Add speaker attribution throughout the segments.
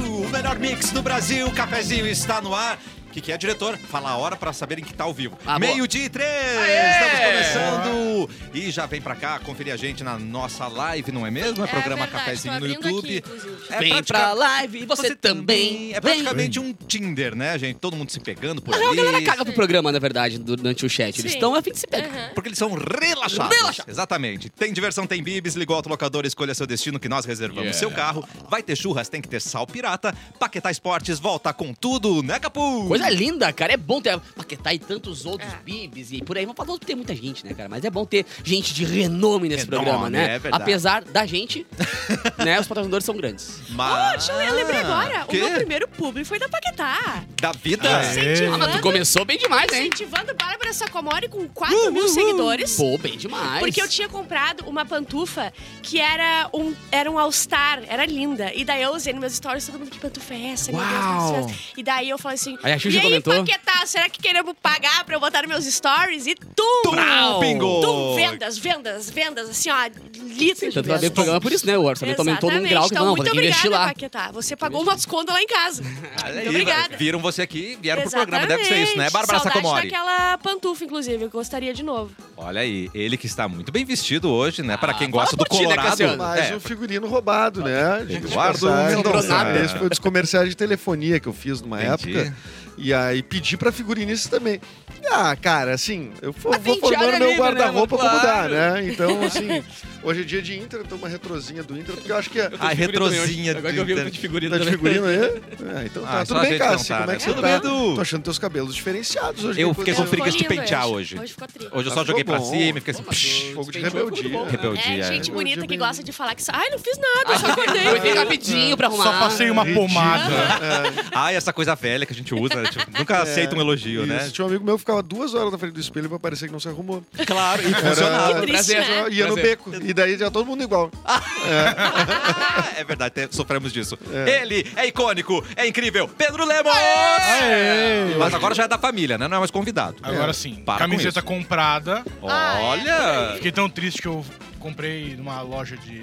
Speaker 1: O melhor mix do Brasil, cafezinho está no ar. O que, que é, diretor? Fala a hora para saberem que tá ao vivo.
Speaker 2: Ah, boa.
Speaker 1: Meio-dia e três! Estamos começando! E já vem para cá conferir a gente na nossa live, não é mesmo? É,
Speaker 3: É
Speaker 1: programa
Speaker 3: verdade,
Speaker 1: Cafezinho
Speaker 3: tô
Speaker 1: no
Speaker 3: abrindo
Speaker 1: YouTube.
Speaker 3: aqui, inclusive.
Speaker 1: é
Speaker 2: Vem
Speaker 1: pratica-
Speaker 2: pra live, você, também.
Speaker 1: É
Speaker 2: vem.
Speaker 1: praticamente um Tinder, né, gente? Todo mundo se pegando por
Speaker 2: A galera
Speaker 1: ali.
Speaker 2: caga pro programa, na verdade, durante o chat. Eles
Speaker 3: Sim.
Speaker 2: estão a fim de se pegar.
Speaker 3: Aham.
Speaker 1: Porque eles são relaxados.
Speaker 2: Relaxados.
Speaker 1: Exatamente. Tem diversão, tem bibis, ligou ao locador, escolha seu destino que nós reservamos
Speaker 2: Yeah.
Speaker 1: seu carro. Vai ter churras, tem que ter sal pirata. Paquetá Esportes volta com tudo, né, Capu?
Speaker 2: Coisa linda, cara. É bom ter a Paquetá e tantos outros
Speaker 3: É.
Speaker 2: bibis e por aí. Mas pra ter muita gente, né, cara? Mas é bom ter gente de renome nesse
Speaker 1: Renome,
Speaker 2: programa, né?
Speaker 1: é verdade.
Speaker 2: Apesar da gente, né? Os patrocinadores são grandes.
Speaker 3: Ó,
Speaker 1: Mas...
Speaker 3: deixa eu- eu lembrei agora.
Speaker 1: Quê?
Speaker 3: Ah, O meu primeiro público foi da Paquetá.
Speaker 1: Da vida?
Speaker 2: Ah, mas tu começou bem demais, hein?
Speaker 3: Incentivando Bárbara Sacomori com 4 mil seguidores.
Speaker 2: Pô, bem demais.
Speaker 3: Porque eu tinha comprado uma pantufa que era um, era um All-Star, era linda. E daí eu usei nos meus stories, todo mundo, que pantufa é essa? Meu Deus,
Speaker 2: Uau.
Speaker 3: meu Deus. E daí eu falei assim,
Speaker 2: Aí a Xuxa
Speaker 3: e aí,
Speaker 2: comentou?
Speaker 3: Paquetá, será que queremos pagar pra eu botar nos meus stories? E tum!
Speaker 2: Brau!
Speaker 1: Bingo!
Speaker 3: Tum, vendas, vendas, vendas, assim, ó, litros
Speaker 2: Tanto
Speaker 3: de
Speaker 2: ela veio pro
Speaker 3: vendas.
Speaker 2: tá programa por isso, né? O orçamento aumentou num
Speaker 3: Exatamente.
Speaker 2: grau que
Speaker 3: então,
Speaker 2: não, vou
Speaker 3: muito
Speaker 2: ter que investir
Speaker 3: obrigada,
Speaker 2: lá.
Speaker 3: Paquetá. Você pagou uma desconto lá em casa.
Speaker 1: Olha
Speaker 3: muito
Speaker 1: aí,
Speaker 3: obrigada.
Speaker 1: Viram você aqui, vieram pro programa. Deve ser isso, né?
Speaker 3: Exatamente.
Speaker 1: Bárbara
Speaker 3: Saudade
Speaker 1: Sacomori.
Speaker 3: daquela pantufa, inclusive. Eu gostaria de novo.
Speaker 1: Olha aí, ele que está muito bem vestido hoje, né? Pra quem
Speaker 2: Ah,
Speaker 1: gosta
Speaker 2: fala
Speaker 1: do
Speaker 2: por ti, né,
Speaker 1: Colorado.
Speaker 2: Cassiano?
Speaker 4: Mais
Speaker 1: É, tá
Speaker 4: um figurino roubado, né? Diga-se de
Speaker 1: Eduardo
Speaker 4: passagem.
Speaker 1: Mendonça.
Speaker 4: Nada, Esse foi um dos comerciais de telefonia que eu fiz numa
Speaker 1: Ah, é. Entendi.
Speaker 4: época. E aí pedi pra figurinista também. Ah, cara, assim, eu vou,
Speaker 2: Mas
Speaker 4: vou
Speaker 2: tem diário
Speaker 4: formando meu
Speaker 2: livre,
Speaker 4: guarda-roupa
Speaker 2: né,
Speaker 4: pra mudar,
Speaker 2: claro.
Speaker 4: né? Então, assim, hoje é dia de Inter, eu tô uma retrozinha do Inter, porque eu acho que é.
Speaker 1: A Ah, retrozinha
Speaker 2: Agora que eu vi
Speaker 1: do-
Speaker 2: eu tô de figurino
Speaker 4: Tá de
Speaker 2: também.
Speaker 4: figurino aí? É, então tá.
Speaker 1: Ah, só
Speaker 4: Tudo
Speaker 1: a
Speaker 4: bem,
Speaker 1: gente não
Speaker 4: Cássio?
Speaker 1: tá,
Speaker 4: Como
Speaker 1: né?
Speaker 4: é que você
Speaker 1: Tudo
Speaker 4: tá?
Speaker 1: bem, Edu?
Speaker 4: Tô achando teus cabelos diferenciados hoje.
Speaker 1: Eu
Speaker 4: que
Speaker 1: fiquei com
Speaker 3: Não, ficou
Speaker 1: preguiça de
Speaker 3: lindo
Speaker 1: pentear hoje.
Speaker 3: Hoje ficou triste.
Speaker 1: Hoje eu só
Speaker 4: Mas
Speaker 1: joguei
Speaker 4: ficou
Speaker 1: pra
Speaker 4: bom.
Speaker 1: cima e fiquei assim.
Speaker 4: Fogo de
Speaker 2: Despenteou, ficou
Speaker 4: rebeldia.
Speaker 2: bom, né?
Speaker 1: Rebeldia.
Speaker 3: É, gente
Speaker 4: é.
Speaker 3: bonita que
Speaker 4: Bem-
Speaker 3: gosta de falar que só. Ai, não fiz nada, só
Speaker 2: Foi
Speaker 3: acordei.
Speaker 2: rapidinho pra arrumar.
Speaker 5: Só passei uma
Speaker 4: Ridículo.
Speaker 5: pomada.
Speaker 1: Ai, Ah, essa coisa velha que a gente usa, né? Tipo, nunca aceita um elogio, né?
Speaker 4: Isso, Tinha um amigo meu que ficava duas horas na frente do espelho pra parecer que não se arrumou.
Speaker 1: Claro, e
Speaker 4: Era-
Speaker 3: Que triste, né?
Speaker 4: Só ia no
Speaker 2: Prazer.
Speaker 4: beco. E daí já todo mundo igual.
Speaker 1: é verdade, te- sofremos disso.
Speaker 4: É.
Speaker 1: Ele é icônico, é incrível. Pedro Lemos!
Speaker 5: Aê!
Speaker 1: Mas agora já é da família, né? Não é mais convidado.
Speaker 5: Agora sim,
Speaker 1: Para com
Speaker 5: camiseta
Speaker 1: isso.
Speaker 5: comprada.
Speaker 3: Ah, é.
Speaker 1: Olha!
Speaker 5: Fiquei tão triste que eu comprei numa loja de.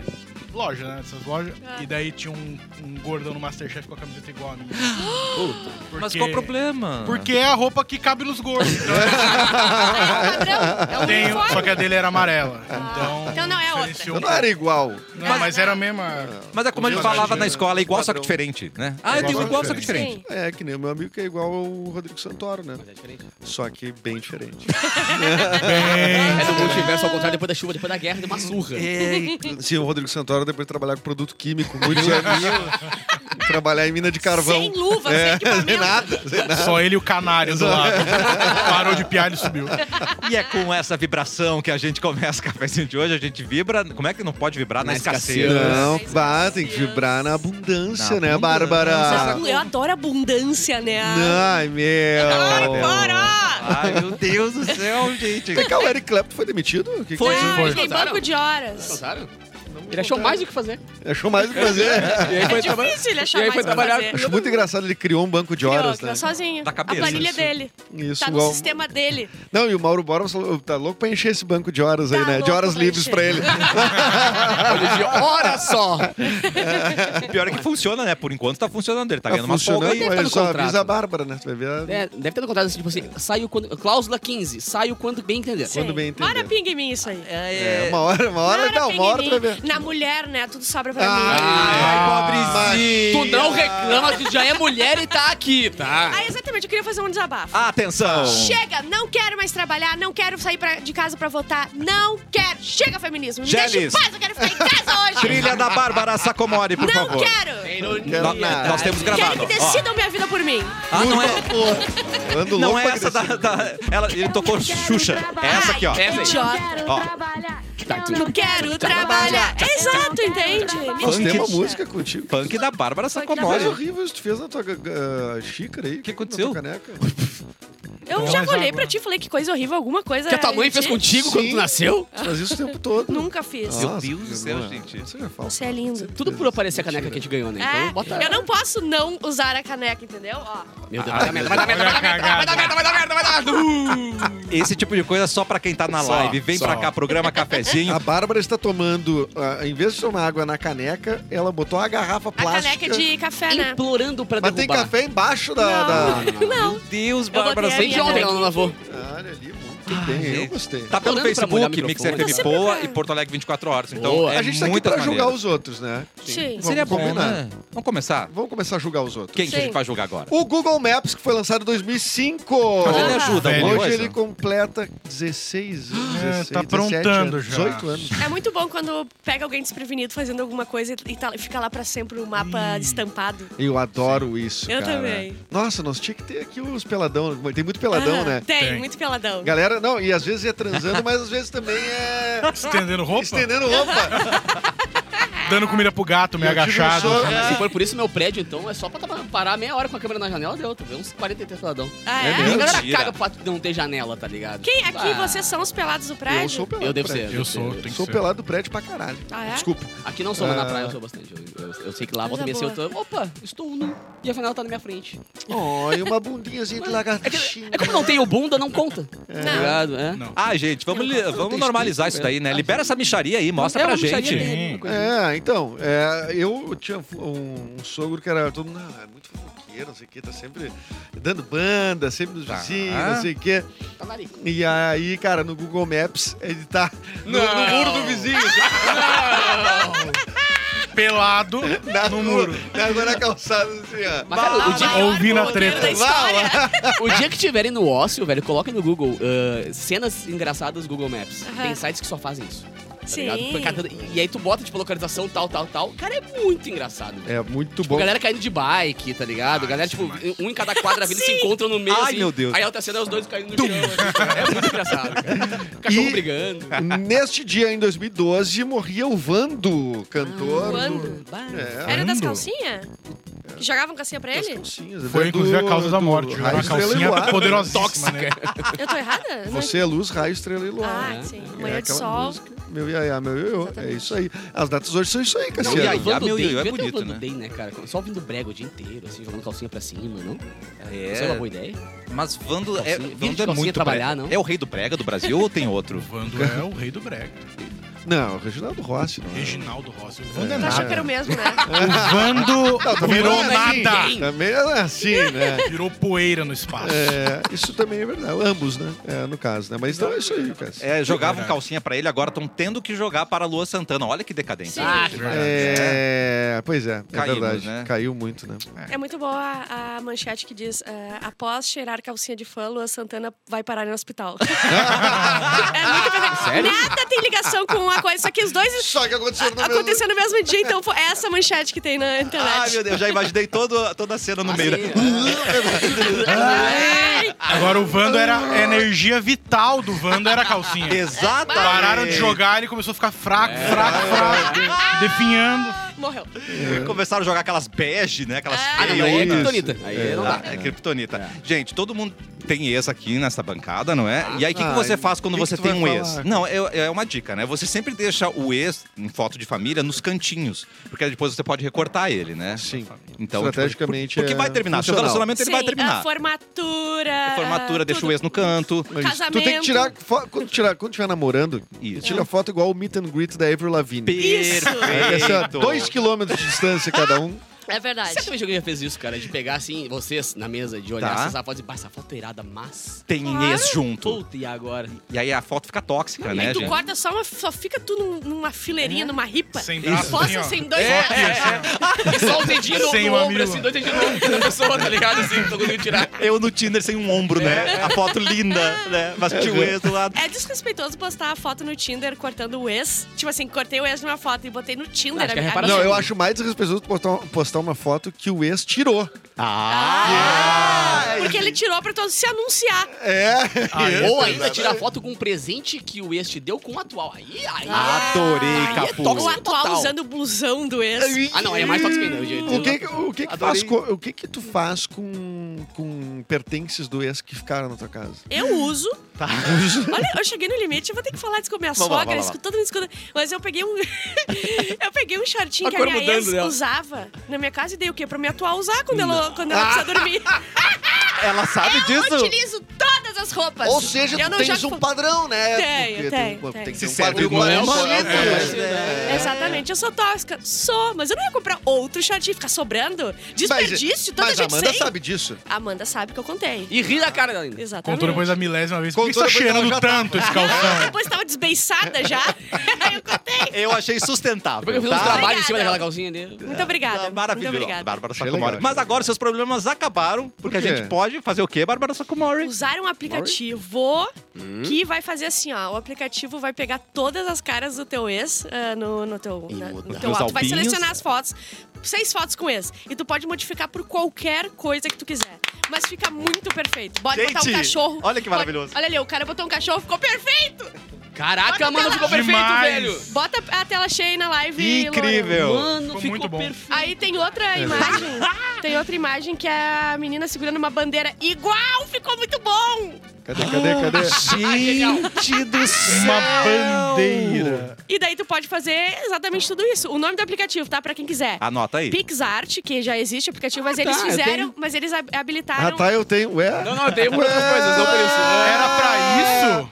Speaker 5: Loja, né? Essas lojas.
Speaker 3: Ah.
Speaker 5: E daí tinha um, um gordão no Masterchef com a camiseta igual a minha. Porque-
Speaker 1: Mas qual o problema?
Speaker 5: Porque é a roupa que cabe nos gordos. Então,
Speaker 4: É.
Speaker 3: Ah, é padrão. É um
Speaker 5: tem-
Speaker 3: uniforme.
Speaker 5: só que a dele era amarela. Então,
Speaker 3: Então não é outra.
Speaker 5: diferenciou
Speaker 4: Eu
Speaker 5: um
Speaker 4: não era
Speaker 5: pouco.
Speaker 4: igual.
Speaker 5: Não, mas, era a mesma.
Speaker 1: Mas é como a gente
Speaker 5: Hoje em
Speaker 1: falava
Speaker 5: dia,
Speaker 1: na
Speaker 5: né?
Speaker 1: escola, é igual, só que
Speaker 4: Padrão.
Speaker 1: diferente, né? Ah, eu
Speaker 4: igual,
Speaker 1: tenho
Speaker 4: só
Speaker 1: igual,
Speaker 4: que
Speaker 1: só que diferente.
Speaker 3: Sim.
Speaker 4: É, que nem o meu amigo que é igual o Rodrigo Santoro, né?
Speaker 1: é
Speaker 4: Só que bem diferente.
Speaker 2: É do multiverso ao contrário, depois da chuva, depois da guerra, deu uma surra.
Speaker 1: É.
Speaker 4: Sim, o Rodrigo Santoro depois de trabalhar com produto químico, muitos anos. trabalhar em mina de
Speaker 2: Tá
Speaker 4: carvão.
Speaker 3: Sem luva,
Speaker 2: É.
Speaker 3: sem equipamento.
Speaker 4: nada.
Speaker 5: Só ele e o canário do lado. Parou de piar, ele subiu.
Speaker 1: E é com essa vibração que a gente começa o cafezinho de hoje. A gente vibra. Como é que não pode vibrar na,
Speaker 2: Na
Speaker 1: escassez?
Speaker 2: escassez.
Speaker 4: Não, bah, tem que vibrar na abundância,
Speaker 1: Na
Speaker 4: né,
Speaker 1: abundância. é
Speaker 4: Bárbara?
Speaker 3: é? Eu adoro abundância, né?
Speaker 4: Ai, meu.
Speaker 3: Bora!
Speaker 1: Ai, meu Deus do céu, gente.
Speaker 4: Vem cá, o Eric Clapton foi demitido? O que é que
Speaker 2: Foi.
Speaker 4: vocês-
Speaker 3: Ah,
Speaker 5: foi.
Speaker 3: tem banco de horas.
Speaker 2: Gostaram? Ele achou mais do que fazer.
Speaker 4: Achou mais o que fazer.
Speaker 2: E aí foi trabalhar.
Speaker 3: É Difícil ele achar
Speaker 2: E aí
Speaker 3: mais
Speaker 2: foi
Speaker 3: pra
Speaker 2: trabalhar.
Speaker 3: fazer.
Speaker 4: Acho muito engraçado, ele criou um banco de horas,
Speaker 3: É Criou,
Speaker 4: né?
Speaker 3: sozinho.
Speaker 1: Da cabeça.
Speaker 3: A planilha dele.
Speaker 4: Isso,
Speaker 3: Tá no
Speaker 4: igual-
Speaker 3: sistema dele.
Speaker 4: Não, e o Mauro Borba falou, tá louco pra encher esse banco de horas aí,
Speaker 3: Tá
Speaker 4: né?
Speaker 3: louco
Speaker 4: De horas
Speaker 3: pra
Speaker 4: livres
Speaker 3: encher.
Speaker 4: pra ele.
Speaker 2: Olha, de- Olha só!
Speaker 1: O pior é que funciona, né? Por enquanto tá funcionando. Ele tá ganhando uma folga
Speaker 4: funcionando,
Speaker 1: aí.
Speaker 2: deve tá
Speaker 4: mas
Speaker 2: no
Speaker 4: só
Speaker 2: contrato.
Speaker 4: avisa a Bárbara, né? Tu vai ver a...
Speaker 2: É, deve ter no contrato assim, tipo assim, saio quando. Cláusula 15, saio quando bem entender.
Speaker 3: Sim.
Speaker 4: bem entender.
Speaker 3: Ora pinga em mim isso aí.
Speaker 4: É, uma hora, uma hora,
Speaker 3: Ora pinga
Speaker 4: não, uma
Speaker 3: em
Speaker 4: hora tu vai
Speaker 3: mim.
Speaker 4: ver.
Speaker 3: Na mulher, né? Tudo sobra pra mim.
Speaker 1: Ah. Ai, pobrezinho.
Speaker 2: Tu não reclama, tu já é mulher e tá aqui, tá?
Speaker 3: Ah, exatamente. Eu queria fazer um desabafo.
Speaker 1: Atenção!
Speaker 3: Chega, não quero mais trabalhar, não quero sair pra- de casa pra votar, não quero. Chega, feminismo. Me
Speaker 1: Gélis.
Speaker 3: deixa em paz, eu quero ficar em casa hoje.
Speaker 1: Trilha da Bárbara Sacomori, por
Speaker 3: não
Speaker 1: favor.
Speaker 3: quero.
Speaker 4: Não,
Speaker 1: Nós, nós temos
Speaker 3: Quero
Speaker 1: gravado.
Speaker 3: que
Speaker 1: ó.
Speaker 3: decidam minha vida por mim.
Speaker 1: Ah, não é,
Speaker 4: Eu Ando louco
Speaker 1: não é
Speaker 4: pra
Speaker 1: essa da.
Speaker 4: crescer.
Speaker 1: da- ela, ele tocou Xuxa. É essa aqui, ó.
Speaker 3: Ai,
Speaker 2: Essa aí.
Speaker 3: Idiota.
Speaker 1: Ó.
Speaker 2: Tá, tu-
Speaker 3: Não quero trabalhar. Exato, entende? Me
Speaker 4: Nós
Speaker 1: Funk.
Speaker 4: temos uma
Speaker 3: deixa.
Speaker 4: música contigo.
Speaker 1: Punk da Bárbara
Speaker 4: Que coisa
Speaker 1: Sacomori.
Speaker 4: horrível isso que tu fez na tua ah, xícara aí. O
Speaker 1: É. que aconteceu?
Speaker 4: caneca.
Speaker 3: Eu
Speaker 5: Toma
Speaker 3: já
Speaker 5: mais
Speaker 3: olhei
Speaker 5: água.
Speaker 3: pra ti e falei que coisa horrível, alguma coisa.
Speaker 2: Que a tua mãe fez
Speaker 3: de-
Speaker 2: contigo quando
Speaker 4: Sim.
Speaker 2: tu nasceu?
Speaker 4: Tu faz isso o tempo todo.
Speaker 3: Nunca fiz.
Speaker 1: Meu
Speaker 4: Nossa,
Speaker 1: Deus do
Speaker 4: que
Speaker 1: céu,
Speaker 4: vergonha.
Speaker 1: gente.
Speaker 4: Você já fala.
Speaker 3: Você é lindo.
Speaker 2: Tudo por aparecer a caneca que a gente ganhou, né? Então bota.
Speaker 3: É, eu não posso não usar a caneca, entendeu? Ó.
Speaker 2: Meu Deus, vai dar merda, vai dar merda, vai dar merda, vai dar merda, vai dar merda, vai dar merda! Uh!
Speaker 1: Esse tipo de coisa é só pra quem tá na
Speaker 2: Só,
Speaker 1: live. Vem
Speaker 2: só.
Speaker 1: pra cá, programa
Speaker 4: A
Speaker 1: cafezinho.
Speaker 4: Bárbara está tomando, ah, em vez de tomar água na caneca, ela botou uma garrafa
Speaker 3: A
Speaker 4: plástica.
Speaker 3: caneca é de café, né?
Speaker 2: Implorando pra
Speaker 4: Mas
Speaker 2: derrubar.
Speaker 4: tem café embaixo da.
Speaker 1: Ah,
Speaker 4: da- Ah,
Speaker 2: Meu Deus, Bárbara,
Speaker 3: botei a
Speaker 2: sem de
Speaker 3: minha
Speaker 2: ontem
Speaker 3: aqui.
Speaker 2: ela não lavou.
Speaker 4: Olha ali, muito bem. Eu
Speaker 1: gente.
Speaker 4: gostei.
Speaker 1: Tá pelo
Speaker 2: Olhando pra molhar
Speaker 1: Facebook,
Speaker 2: o microfone.
Speaker 1: Mixer
Speaker 2: Tá
Speaker 1: FM
Speaker 3: Então sempre
Speaker 1: Poa
Speaker 3: é.
Speaker 1: e Porto Alegre 24 horas. Então,
Speaker 2: Boa.
Speaker 1: é
Speaker 4: a gente tá aqui
Speaker 1: muitas
Speaker 4: pra julgar
Speaker 1: maneiras.
Speaker 4: os outros, né?
Speaker 3: Sim.
Speaker 1: Seria bom,
Speaker 4: combinar.
Speaker 1: né? Vamos começar?
Speaker 4: Vamos começar a julgar os outros.
Speaker 1: Quem que a
Speaker 3: Sim.
Speaker 1: gente vai julgar agora?
Speaker 4: O Google Maps, que foi lançado em 2005.
Speaker 1: Mas ele
Speaker 3: Ah,
Speaker 1: ajuda
Speaker 5: velho.
Speaker 1: alguma
Speaker 4: Hoje
Speaker 1: coisa?
Speaker 4: ele completa 16 anos.
Speaker 5: É,
Speaker 4: 16,
Speaker 5: tá
Speaker 4: 17
Speaker 5: aprontando
Speaker 4: anos,
Speaker 5: já.
Speaker 4: 18 anos.
Speaker 3: É muito bom quando pega alguém desprevenido fazendo alguma coisa e tá- e fica lá pra sempre o mapa estampado.
Speaker 4: Eu adoro isso,
Speaker 3: Eu
Speaker 4: cara.
Speaker 3: também.
Speaker 4: Nossa, nós tinha que ter aqui os peladão. Tem muito peladão,
Speaker 3: Ah,
Speaker 4: né?
Speaker 3: Tem,
Speaker 5: Tem.
Speaker 3: muito peladão.
Speaker 4: Galera, não, e às vezes é transando, mas às vezes também é
Speaker 5: Estendendo roupa,
Speaker 4: estendendo roupa.
Speaker 5: dando comida pro gato, meio
Speaker 4: Eu tive um
Speaker 5: agachado.
Speaker 4: sonho-
Speaker 2: Ah, Se for por isso, meu prédio, então, é só pra tava- parar meia hora com a câmera na janela, deu. Tu vê uns 43 peladão.
Speaker 3: Ah,
Speaker 1: É
Speaker 3: é?
Speaker 2: E um. a galera
Speaker 1: Mentira.
Speaker 2: caga pra não ter janela, tá ligado?
Speaker 3: Quem aqui? é
Speaker 2: Ah,
Speaker 3: Vocês são os pelados do prédio?
Speaker 4: Eu sou pelado.
Speaker 2: Eu
Speaker 4: do
Speaker 2: devo
Speaker 4: prédio.
Speaker 2: ser.
Speaker 5: Eu
Speaker 2: devo
Speaker 5: sou,
Speaker 2: ser.
Speaker 5: tem que
Speaker 4: Sou
Speaker 5: ser.
Speaker 4: pelado do prédio pra caralho.
Speaker 3: Ah, é?
Speaker 4: Desculpa.
Speaker 2: Aqui não sou, mas na
Speaker 4: Ah.
Speaker 2: praia eu sou bastante. Eu, eu- eu sei que lá volta
Speaker 3: Coisa
Speaker 2: e meia, assim, eu
Speaker 3: boa.
Speaker 2: tô. Opa, estou nu. E a janela tá na minha frente.
Speaker 4: Oh, e uma bundinhazinha de
Speaker 2: É, que,
Speaker 4: lagartixinha.
Speaker 2: é como não tenho bunda, não conta. Tá ligado? É.
Speaker 5: Não.
Speaker 1: Ah, gente, vamos, li- vamos normalizar isso daí, né? Libera essa micharia aí, mostra
Speaker 2: É
Speaker 1: pra
Speaker 2: uma micharia,
Speaker 1: gente.
Speaker 2: né? Uma coisa-
Speaker 4: É, então, é, eu tinha um, um sogro que era todo mundo, "Ah, é muito fofoqueiro, não sei o que, tá sempre dando banda, sempre nos
Speaker 1: Tá.
Speaker 4: vizinhos, não sei o que.
Speaker 2: Tá na areia.
Speaker 4: E aí, cara, no Google Maps, ele tá no,
Speaker 5: Não.
Speaker 4: no muro do vizinho.
Speaker 5: Pelado
Speaker 4: na,
Speaker 5: no muro.
Speaker 4: Na, na calçada, Tá assim, ó.
Speaker 2: Mas, cara, o
Speaker 3: Fala,
Speaker 2: dia,
Speaker 3: Ah, maior
Speaker 5: Ouvi na
Speaker 3: blogueiro
Speaker 5: treta.
Speaker 3: da história.
Speaker 2: O dia que tiverem no ócio, velho, coloquem no Google ah, cenas engraçadas do Google Maps.
Speaker 3: Aham.
Speaker 2: Tem sites que só fazem isso. Tá
Speaker 3: Sim.
Speaker 2: ligado? Foi catando- e- E aí tu bota, tipo, localização tal, tal, tal. Cara, é muito engraçado. velho.
Speaker 4: É muito
Speaker 2: Tipo, galera caindo de bike, tá ligado?
Speaker 1: Ah,
Speaker 2: galera, tipo, um em cada quadra vindo se encontram no meio,
Speaker 1: é Ai,
Speaker 2: assim.
Speaker 1: meu Deus.
Speaker 2: Aí a outra cena é os dois caindo no chão. assim. É muito engraçado. cara. Cachorro
Speaker 4: E-
Speaker 2: brigando.
Speaker 4: Neste dia, em 2012, morria o Vando, cantor. do-
Speaker 3: Quando?
Speaker 4: É,
Speaker 3: Era das
Speaker 5: Quando?
Speaker 3: calcinhas? Que jogavam calcinha pra
Speaker 4: das
Speaker 3: ele?
Speaker 4: calcinhas,
Speaker 5: Foi
Speaker 4: até
Speaker 5: inclusive a
Speaker 4: do-
Speaker 5: causa da
Speaker 4: do
Speaker 5: morte.
Speaker 4: Raio
Speaker 5: Era uma
Speaker 4: Estrela e
Speaker 5: calcinha
Speaker 4: Luar.
Speaker 5: poderosíssima, né?
Speaker 3: Ah, Eu tô errada? Não-
Speaker 4: Você é luz, raio, estrela e luar.
Speaker 3: Ah, sim.
Speaker 4: É
Speaker 3: Manhã de
Speaker 4: aquela
Speaker 3: sol.
Speaker 4: música, Meu iaiá, meu iô. É
Speaker 3: Exatamente.
Speaker 4: isso aí. As datas hoje são isso aí,
Speaker 2: Não,
Speaker 1: Esse
Speaker 2: e
Speaker 1: ano.
Speaker 2: aí,
Speaker 4: Cassiano.
Speaker 1: Iaiá,
Speaker 2: Vando
Speaker 1: meu
Speaker 2: Day,
Speaker 1: Iaiá é
Speaker 2: Vendo
Speaker 1: bonito,
Speaker 2: Vando
Speaker 1: né?
Speaker 2: Day, né, cara? Só ouvindo brega o dia inteiro, assim, jogando calcinha pra cima, não?
Speaker 1: É,
Speaker 2: Isso é uma boa ideia.
Speaker 1: mas Vando é,
Speaker 2: Calcinha- Vira de
Speaker 1: Vando é
Speaker 2: calcinha
Speaker 1: muito
Speaker 2: trabalhar,
Speaker 1: brega.
Speaker 2: não?
Speaker 1: É o rei do brega do Brasil ou tem outro?
Speaker 5: Vando é o rei do brega.
Speaker 4: Não, o Reginaldo Rossi, não é?
Speaker 5: Reginaldo Rossi. O Vando é
Speaker 3: Tu achou que era
Speaker 5: nada.
Speaker 3: o mesmo, né?
Speaker 5: O Vando virou
Speaker 4: falando assim,
Speaker 5: nada.
Speaker 2: ninguém.
Speaker 4: Também é assim, né?
Speaker 5: Virou poeira no espaço.
Speaker 4: É, isso também é verdade. Ambos, né? É, no caso, né? Mas então é isso aí, Cassiano.
Speaker 1: É, jogavam
Speaker 5: Verdade.
Speaker 1: calcinha pra ele, agora estão tendo que jogar para a Lua Santana. Olha que decadência.
Speaker 3: Sim.
Speaker 2: Ah, que maravilha.
Speaker 5: É.
Speaker 4: É, pois é, é
Speaker 1: É, né? Caímos,
Speaker 4: verdade.
Speaker 1: né?
Speaker 4: Caiu muito, né?
Speaker 3: É muito boa a, a manchete que diz: eh, após cheirar calcinha de fã, Lua Santana vai parar no hospital. é muito perfeito.
Speaker 2: Sério?
Speaker 3: Nada tem ligação com uma coisa, só que os
Speaker 1: É
Speaker 3: dois
Speaker 4: Só que aconteceu no mesmo...
Speaker 3: aconteceram no mesmo dia, então foi essa manchete que tem na
Speaker 1: Ai,
Speaker 3: internet.
Speaker 1: meu Deus, eu já imaginei todo, toda a cena no meio. da-
Speaker 3: Ai,
Speaker 5: Agora o Vando era. A energia vital do Vando era a calcinha.
Speaker 1: Exatamente.
Speaker 5: Pararam de jogar, ele começou a ficar fraco, fraco, fraco, definhando.
Speaker 3: morreu.
Speaker 1: Começaram a jogar aquelas bege, né? Aquelas
Speaker 3: Ah,
Speaker 2: Ah, não, aí é
Speaker 4: Isso.
Speaker 2: criptonita. Aí
Speaker 4: É.
Speaker 2: não
Speaker 1: Ah,
Speaker 2: dá.
Speaker 1: é criptonita. Gente, todo mundo tem ex aqui nessa bancada, não é? E aí, o que, que
Speaker 4: Ah,
Speaker 1: você
Speaker 4: e
Speaker 1: faz quando
Speaker 4: que que
Speaker 1: você
Speaker 4: tu
Speaker 1: tem
Speaker 4: vai
Speaker 1: um ex?
Speaker 4: falar?
Speaker 1: Não, é, é uma dica, né? Você sempre deixa o ex em foto de família nos cantinhos, porque depois você pode recortar ele, né?
Speaker 4: Sim.
Speaker 1: Então,
Speaker 4: Estrategicamente
Speaker 1: tipo, porque
Speaker 4: é
Speaker 1: vai terminar. Seu
Speaker 4: funcional.
Speaker 1: relacionamento então ele vai
Speaker 3: Sim, A
Speaker 1: terminar.
Speaker 3: formatura.
Speaker 1: A formatura,
Speaker 3: ah,
Speaker 1: deixa
Speaker 3: tudo.
Speaker 1: o ex no canto.
Speaker 4: Mas
Speaker 3: Casamento.
Speaker 4: Tu tem que tirar... fo- Quando, tirar, quando tiver namorando,
Speaker 1: Isso.
Speaker 4: tira foto igual o meet and greet da Avril Lavigne.
Speaker 3: Isso.
Speaker 4: É, assim, ó,
Speaker 1: Perfeito.
Speaker 4: dois quilômetros de distância cada um.
Speaker 3: É verdade.
Speaker 2: Você também já fez isso, cara? De pegar assim, vocês na mesa, de olhar
Speaker 1: Tá.
Speaker 2: essas fotos e "Bah, essa foto é irada, mas.
Speaker 1: Tem ex junto.
Speaker 2: Puta, e agora?
Speaker 1: E aí a foto fica tóxica,
Speaker 3: Aí
Speaker 1: né,
Speaker 3: tu
Speaker 1: gente?
Speaker 3: corta só uma. Só fica tu num- numa fileirinha, numa ripa.
Speaker 5: É. Sem braço,
Speaker 3: Posta
Speaker 5: assim, ó.
Speaker 3: sem dois.
Speaker 1: É.
Speaker 5: Só aqui, assim, ó.
Speaker 2: E só o dedinho no,
Speaker 5: Sem
Speaker 2: no ombro,
Speaker 5: mamilo.
Speaker 2: assim, dois dedinhos no ombro da pessoa, tá ligado? Assim, não tô conseguindo tirar.
Speaker 1: Eu no Tinder sem um ombro, né? A foto linda, né? Mas tinha o ex do lado.
Speaker 3: É desrespeitoso postar a foto no Tinder cortando o ex. Tipo assim, cortei o ex numa foto e botei no Tinder.
Speaker 2: Acho que é
Speaker 3: A- a
Speaker 2: reparação.
Speaker 4: Não,
Speaker 3: minha-
Speaker 4: eu acho mais desrespeitoso postar, postar uma foto que o ex tirou.
Speaker 3: Ah! Porque ele tirou pra todos se anunciar.
Speaker 4: É.
Speaker 2: Ou
Speaker 5: né?
Speaker 2: ainda tirar foto com um presente que o ex te deu com o atual. Aí, aí.
Speaker 5: Ah,
Speaker 1: Adorei,
Speaker 2: aí
Speaker 1: Capu.
Speaker 2: É
Speaker 3: O
Speaker 2: tóxico
Speaker 3: atual
Speaker 2: total.
Speaker 3: usando o blusão do ex.
Speaker 2: Ah, não, aí é mais tóxico ainda. eu já-
Speaker 4: O que, que- o que, que
Speaker 2: Adorei.
Speaker 4: faz com- o que que tu faz com, com pertences do ex que ficaram na tua casa?
Speaker 3: Eu uso. Olha, eu cheguei no limite, eu vou ter que falar disso com a minha
Speaker 1: Vamos lá,
Speaker 3: sogra,
Speaker 1: vamos lá.
Speaker 3: escuta, todo mundo escuta. Mas eu peguei um. eu peguei um shortinho que a
Speaker 2: Agora
Speaker 3: minha
Speaker 2: mudando
Speaker 3: ex
Speaker 2: dela.
Speaker 3: usava na minha casa e dei o quê? Pra minha atual usar quando ela, quando ela precisa dormir.
Speaker 1: Ela sabe
Speaker 3: Eu
Speaker 1: disso?
Speaker 3: utilizo todas todas as roupas.
Speaker 6: Ou seja,
Speaker 3: eu
Speaker 6: tu
Speaker 3: não
Speaker 6: tens
Speaker 3: jogo-
Speaker 6: um padrão, né?
Speaker 3: Tenho,
Speaker 6: Porque
Speaker 3: tenho,
Speaker 6: tem,
Speaker 3: tenho.
Speaker 6: tem que
Speaker 3: Se
Speaker 6: ter um
Speaker 2: serve
Speaker 6: padrão
Speaker 2: com
Speaker 6: igual
Speaker 2: ela,
Speaker 6: ao
Speaker 2: é.
Speaker 6: coletivo,
Speaker 2: É.
Speaker 6: né?
Speaker 3: Exatamente, eu sou tóxica. Sou, mas eu não ia comprar outro short e ficar sobrando. Desperdício, tanta
Speaker 4: mas
Speaker 3: gente
Speaker 4: Amanda
Speaker 3: sem.
Speaker 4: sabe disso.
Speaker 3: Amanda sabe que eu contei.
Speaker 2: E ri da cara dela ainda.
Speaker 3: Exatamente. Ah,
Speaker 5: Contou depois da milésima vez. Por que que
Speaker 4: Contou
Speaker 5: tá
Speaker 4: depois que ela
Speaker 5: cheirando
Speaker 4: já
Speaker 5: tanto esse calção?
Speaker 3: Depois tava desbeiçada já. Aí eu contei.
Speaker 1: Eu achei sustentável.
Speaker 2: Depois que eu fiz uns
Speaker 1: tá?
Speaker 2: trabalhos em cima
Speaker 3: Obrigada.
Speaker 2: daquela calcinha dele.
Speaker 3: Muito obrigada.
Speaker 1: Maravilhoso.
Speaker 3: Muito obrigada.
Speaker 1: Bárbara
Speaker 4: Achei
Speaker 1: Sacomori.
Speaker 4: legal.
Speaker 1: Mas agora seus problemas acabaram, porque a
Speaker 4: quê?
Speaker 1: gente pode fazer o quê, Bárbara Sacomori?
Speaker 3: Usar um aplicativo que vai fazer assim, ó. O aplicativo vai pegar todas as caras do teu ex ah, no, no teu,
Speaker 6: E
Speaker 3: na,
Speaker 6: mudar.
Speaker 3: no teu
Speaker 1: Os
Speaker 3: ato. Vai
Speaker 1: alpinhos.
Speaker 3: selecionar as fotos. Seis fotos com ex. E tu pode modificar por qualquer coisa que tu quiser. Mas fica muito perfeito. Pode botar um
Speaker 1: Gente,
Speaker 3: cachorro.
Speaker 1: olha que maravilhoso.
Speaker 3: Pode- olha ali, o cara botou um cachorro, ficou perfeito!
Speaker 2: Caraca,
Speaker 3: Olha
Speaker 2: mano,
Speaker 3: lá.
Speaker 2: ficou perfeito,
Speaker 5: Demais.
Speaker 2: velho.
Speaker 3: Bota a tela cheia aí na live. Lorena.
Speaker 1: Incrível.
Speaker 2: Mano,
Speaker 5: Ficou
Speaker 2: ficou,
Speaker 5: muito bom.
Speaker 2: perfeito.
Speaker 3: Aí tem outra imagem. tem outra imagem que é a menina segurando uma bandeira igual, ficou muito bom!
Speaker 4: Cadê, cadê,
Speaker 3: tá
Speaker 4: cadê?
Speaker 1: Gente do céu!
Speaker 3: Ah,
Speaker 5: Uma bandeira.
Speaker 3: E daí tu pode fazer exatamente tudo isso. O nome do aplicativo, tá? Pra quem quiser.
Speaker 1: Anota aí.
Speaker 3: PixArt, que já existe o aplicativo, mas eles
Speaker 2: tá, eu
Speaker 3: fizeram,
Speaker 2: tenho.
Speaker 3: mas eles hab- habilitaram.
Speaker 4: Ah, tá, eu tenho. Ué?
Speaker 2: Não, não, eu um tenho muitas coisas, não por isso.
Speaker 5: É. Era
Speaker 2: É.
Speaker 5: pra isso?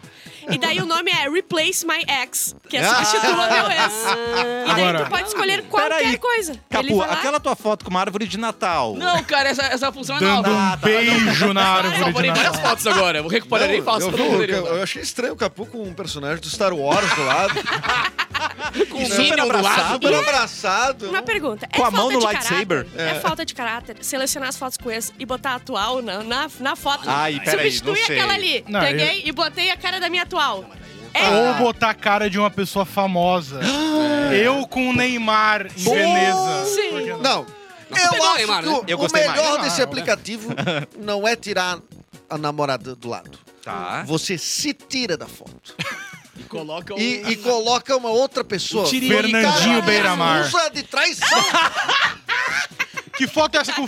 Speaker 3: E daí o nome é Replace My Ex, que é substitua meu ex. E daí
Speaker 5: Agora-
Speaker 3: tu pode escolher
Speaker 1: Pera
Speaker 3: qualquer
Speaker 1: aí.
Speaker 3: coisa. Ele
Speaker 1: Capu,
Speaker 3: vai lá-
Speaker 1: aquela tua foto com uma árvore de Natal.
Speaker 2: Não, cara, essa, essa função é
Speaker 5: Dando
Speaker 2: nova.
Speaker 5: um beijo na
Speaker 2: Eu
Speaker 5: árvore de
Speaker 2: salvarei várias
Speaker 5: Natal.
Speaker 2: fotos agora. Eu recuperarei e faço.
Speaker 4: eu,
Speaker 2: todo mundo
Speaker 4: vi,
Speaker 2: teria.
Speaker 4: eu, eu achei estranho o Capu com um personagem do Star Wars do lado.
Speaker 2: Com o
Speaker 1: super
Speaker 2: Minion do
Speaker 1: abraçado.
Speaker 2: lado.
Speaker 4: super abraçado.
Speaker 3: é Uma pergunta. É
Speaker 1: Com a
Speaker 3: falta
Speaker 1: mão no
Speaker 3: de
Speaker 1: lightsaber?
Speaker 3: caráter? É. falta de caráter selecionar as fotos com esse e botar a atual na, na, na foto.
Speaker 1: Ai, peraí,
Speaker 3: Substituir
Speaker 1: não sei.
Speaker 3: aquela ali.
Speaker 5: Não,
Speaker 3: Peguei e botei a cara da minha atual. É,
Speaker 5: Ou botar a cara de uma pessoa famosa. Eu com o Neymar em Veneza.
Speaker 3: Sim.
Speaker 5: Por que não?
Speaker 4: Não,
Speaker 2: Não,
Speaker 6: Eu
Speaker 2: pegou,
Speaker 6: acho
Speaker 2: Neymar,
Speaker 6: que
Speaker 2: né?
Speaker 6: o,
Speaker 1: Eu
Speaker 6: o
Speaker 1: gostei mais.
Speaker 6: melhor
Speaker 5: Ah,
Speaker 6: desse
Speaker 5: né?
Speaker 6: aplicativo não é tirar a namorada do lado.
Speaker 1: Tá.
Speaker 6: Você se tira da foto
Speaker 2: E coloca o...
Speaker 1: um-
Speaker 6: e, e coloca uma outra pessoa.
Speaker 5: Fernandinho Beiramar.
Speaker 6: Usa de traição.
Speaker 5: Que foto é essa com o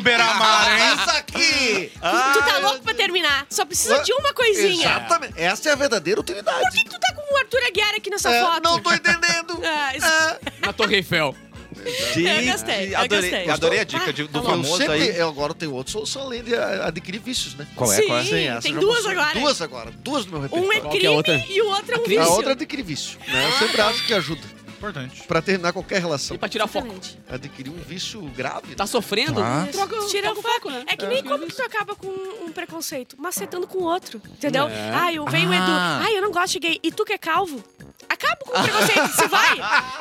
Speaker 5: Beiramar,
Speaker 1: É.
Speaker 5: hein?
Speaker 6: Essa aqui.
Speaker 1: Ah,
Speaker 3: tu tá louco pra terminar. Só precisa de uma coisinha.
Speaker 6: Exatamente. Essa é a verdadeira
Speaker 3: Por que
Speaker 6: utilidade.
Speaker 3: que tu tá com o Arthur Aguiar aqui nessa
Speaker 6: É,
Speaker 3: foto?
Speaker 6: não tô entendendo.
Speaker 3: Ah, isso-
Speaker 6: É,
Speaker 2: Na Torre Eiffel.
Speaker 1: Gente,
Speaker 3: Eu gostei, eu
Speaker 1: adorei,
Speaker 3: gostei.
Speaker 1: adorei a dica de- do
Speaker 3: Ah, tá
Speaker 6: eu
Speaker 1: famoso
Speaker 6: sempre,
Speaker 1: aí.
Speaker 6: eu agora tenho outra solução além de a- adquirir vícios, né?
Speaker 1: Qual é?
Speaker 3: Sim,
Speaker 1: Qual é?
Speaker 6: Sim, essa
Speaker 3: tem
Speaker 6: já
Speaker 3: duas
Speaker 6: possui.
Speaker 3: agora.
Speaker 6: Duas agora. Duas no meu
Speaker 3: Um é
Speaker 6: repertório.
Speaker 2: Qual que é a
Speaker 3: crime
Speaker 2: outra?
Speaker 3: e o outro é um
Speaker 2: crime?
Speaker 3: vício.
Speaker 6: A outra é adquirir vício. Né? Eu sempre acho que ajuda
Speaker 5: Importante.
Speaker 6: pra terminar qualquer
Speaker 2: E
Speaker 6: relação.
Speaker 2: pra tirar foco.
Speaker 3: Exatamente.
Speaker 6: Adquirir um vício grave.
Speaker 4: né?
Speaker 2: Tá sofrendo?
Speaker 1: Tá.
Speaker 2: Troca,
Speaker 3: Tira
Speaker 2: troca
Speaker 3: o foco. É que nem como que tu acaba com um preconceito, macetando com outro, entendeu?
Speaker 2: É.
Speaker 3: Ai, eu veio o Edu.
Speaker 1: Ah.
Speaker 3: Ai, eu não gosto de gay. E tu que é calvo? Acaba com o preconceito, se vai.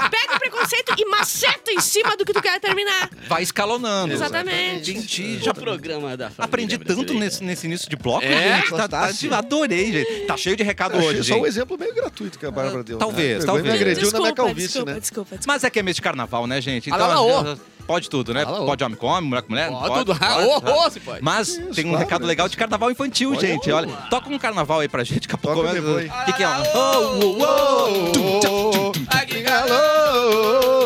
Speaker 3: Pega o preconceito e maceta em cima do que tu quer terminar.
Speaker 1: Vai escalonando.
Speaker 3: Exatamente.
Speaker 1: Gente, já
Speaker 2: O programa da família
Speaker 1: aprendi tanto
Speaker 2: brasileira.
Speaker 1: nesse, nesse início de bloco,
Speaker 2: É?
Speaker 1: gente. Tá, tá-
Speaker 6: Fantástico.
Speaker 1: adorei, gente. Tá cheio de recado
Speaker 4: Achei
Speaker 1: hoje,
Speaker 4: só um
Speaker 1: gente.
Speaker 4: exemplo meio gratuito que a Bárbara deu.
Speaker 1: talvez,
Speaker 4: né?
Speaker 1: talvez.
Speaker 4: Me agrediu
Speaker 3: desculpa,
Speaker 4: na minha calvície,
Speaker 3: desculpa,
Speaker 4: né?
Speaker 3: desculpa, desculpa.
Speaker 1: Mas é que é mês de carnaval, né, gente?
Speaker 2: Alô, alô.
Speaker 1: pode tudo, né?
Speaker 2: Alô, alô.
Speaker 1: Pode homem com homem, mulher com mulher.
Speaker 2: Ó,
Speaker 1: pode,
Speaker 2: tudo.
Speaker 1: pode,
Speaker 2: Ah, ô,
Speaker 1: tá?
Speaker 2: ô, se pode.
Speaker 1: Mas tem um
Speaker 4: claro,
Speaker 1: recado
Speaker 4: né?
Speaker 1: legal de carnaval infantil, gente. Olha, toca um carnaval aí pra gente, daqui a pouco.
Speaker 4: Toca depois.
Speaker 1: O que, que é?
Speaker 2: Ah,
Speaker 1: Oh, oh, oh.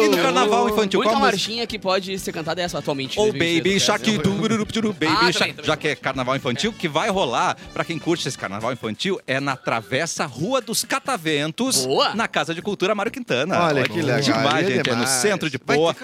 Speaker 1: E no carnaval infantil,
Speaker 2: A única
Speaker 1: qual música?
Speaker 2: marchinha que pode ser cantada é essa atualmente.
Speaker 1: Oh
Speaker 2: 2023, no
Speaker 1: baby,
Speaker 2: caso.
Speaker 1: Shaq, tururup, turu, baby,
Speaker 2: Ah, também,
Speaker 1: Shaq.
Speaker 2: também.
Speaker 1: já que é carnaval infantil, que vai rolar, pra quem curte esse carnaval infantil, é na Travessa Rua dos Cataventos,
Speaker 2: Boa.
Speaker 1: na Casa de Cultura Mário Quintana.
Speaker 4: Olha que legal,
Speaker 1: Demais,
Speaker 4: é
Speaker 1: gente, é no
Speaker 4: demais.
Speaker 1: centro de
Speaker 4: Vai ter
Speaker 1: Poa.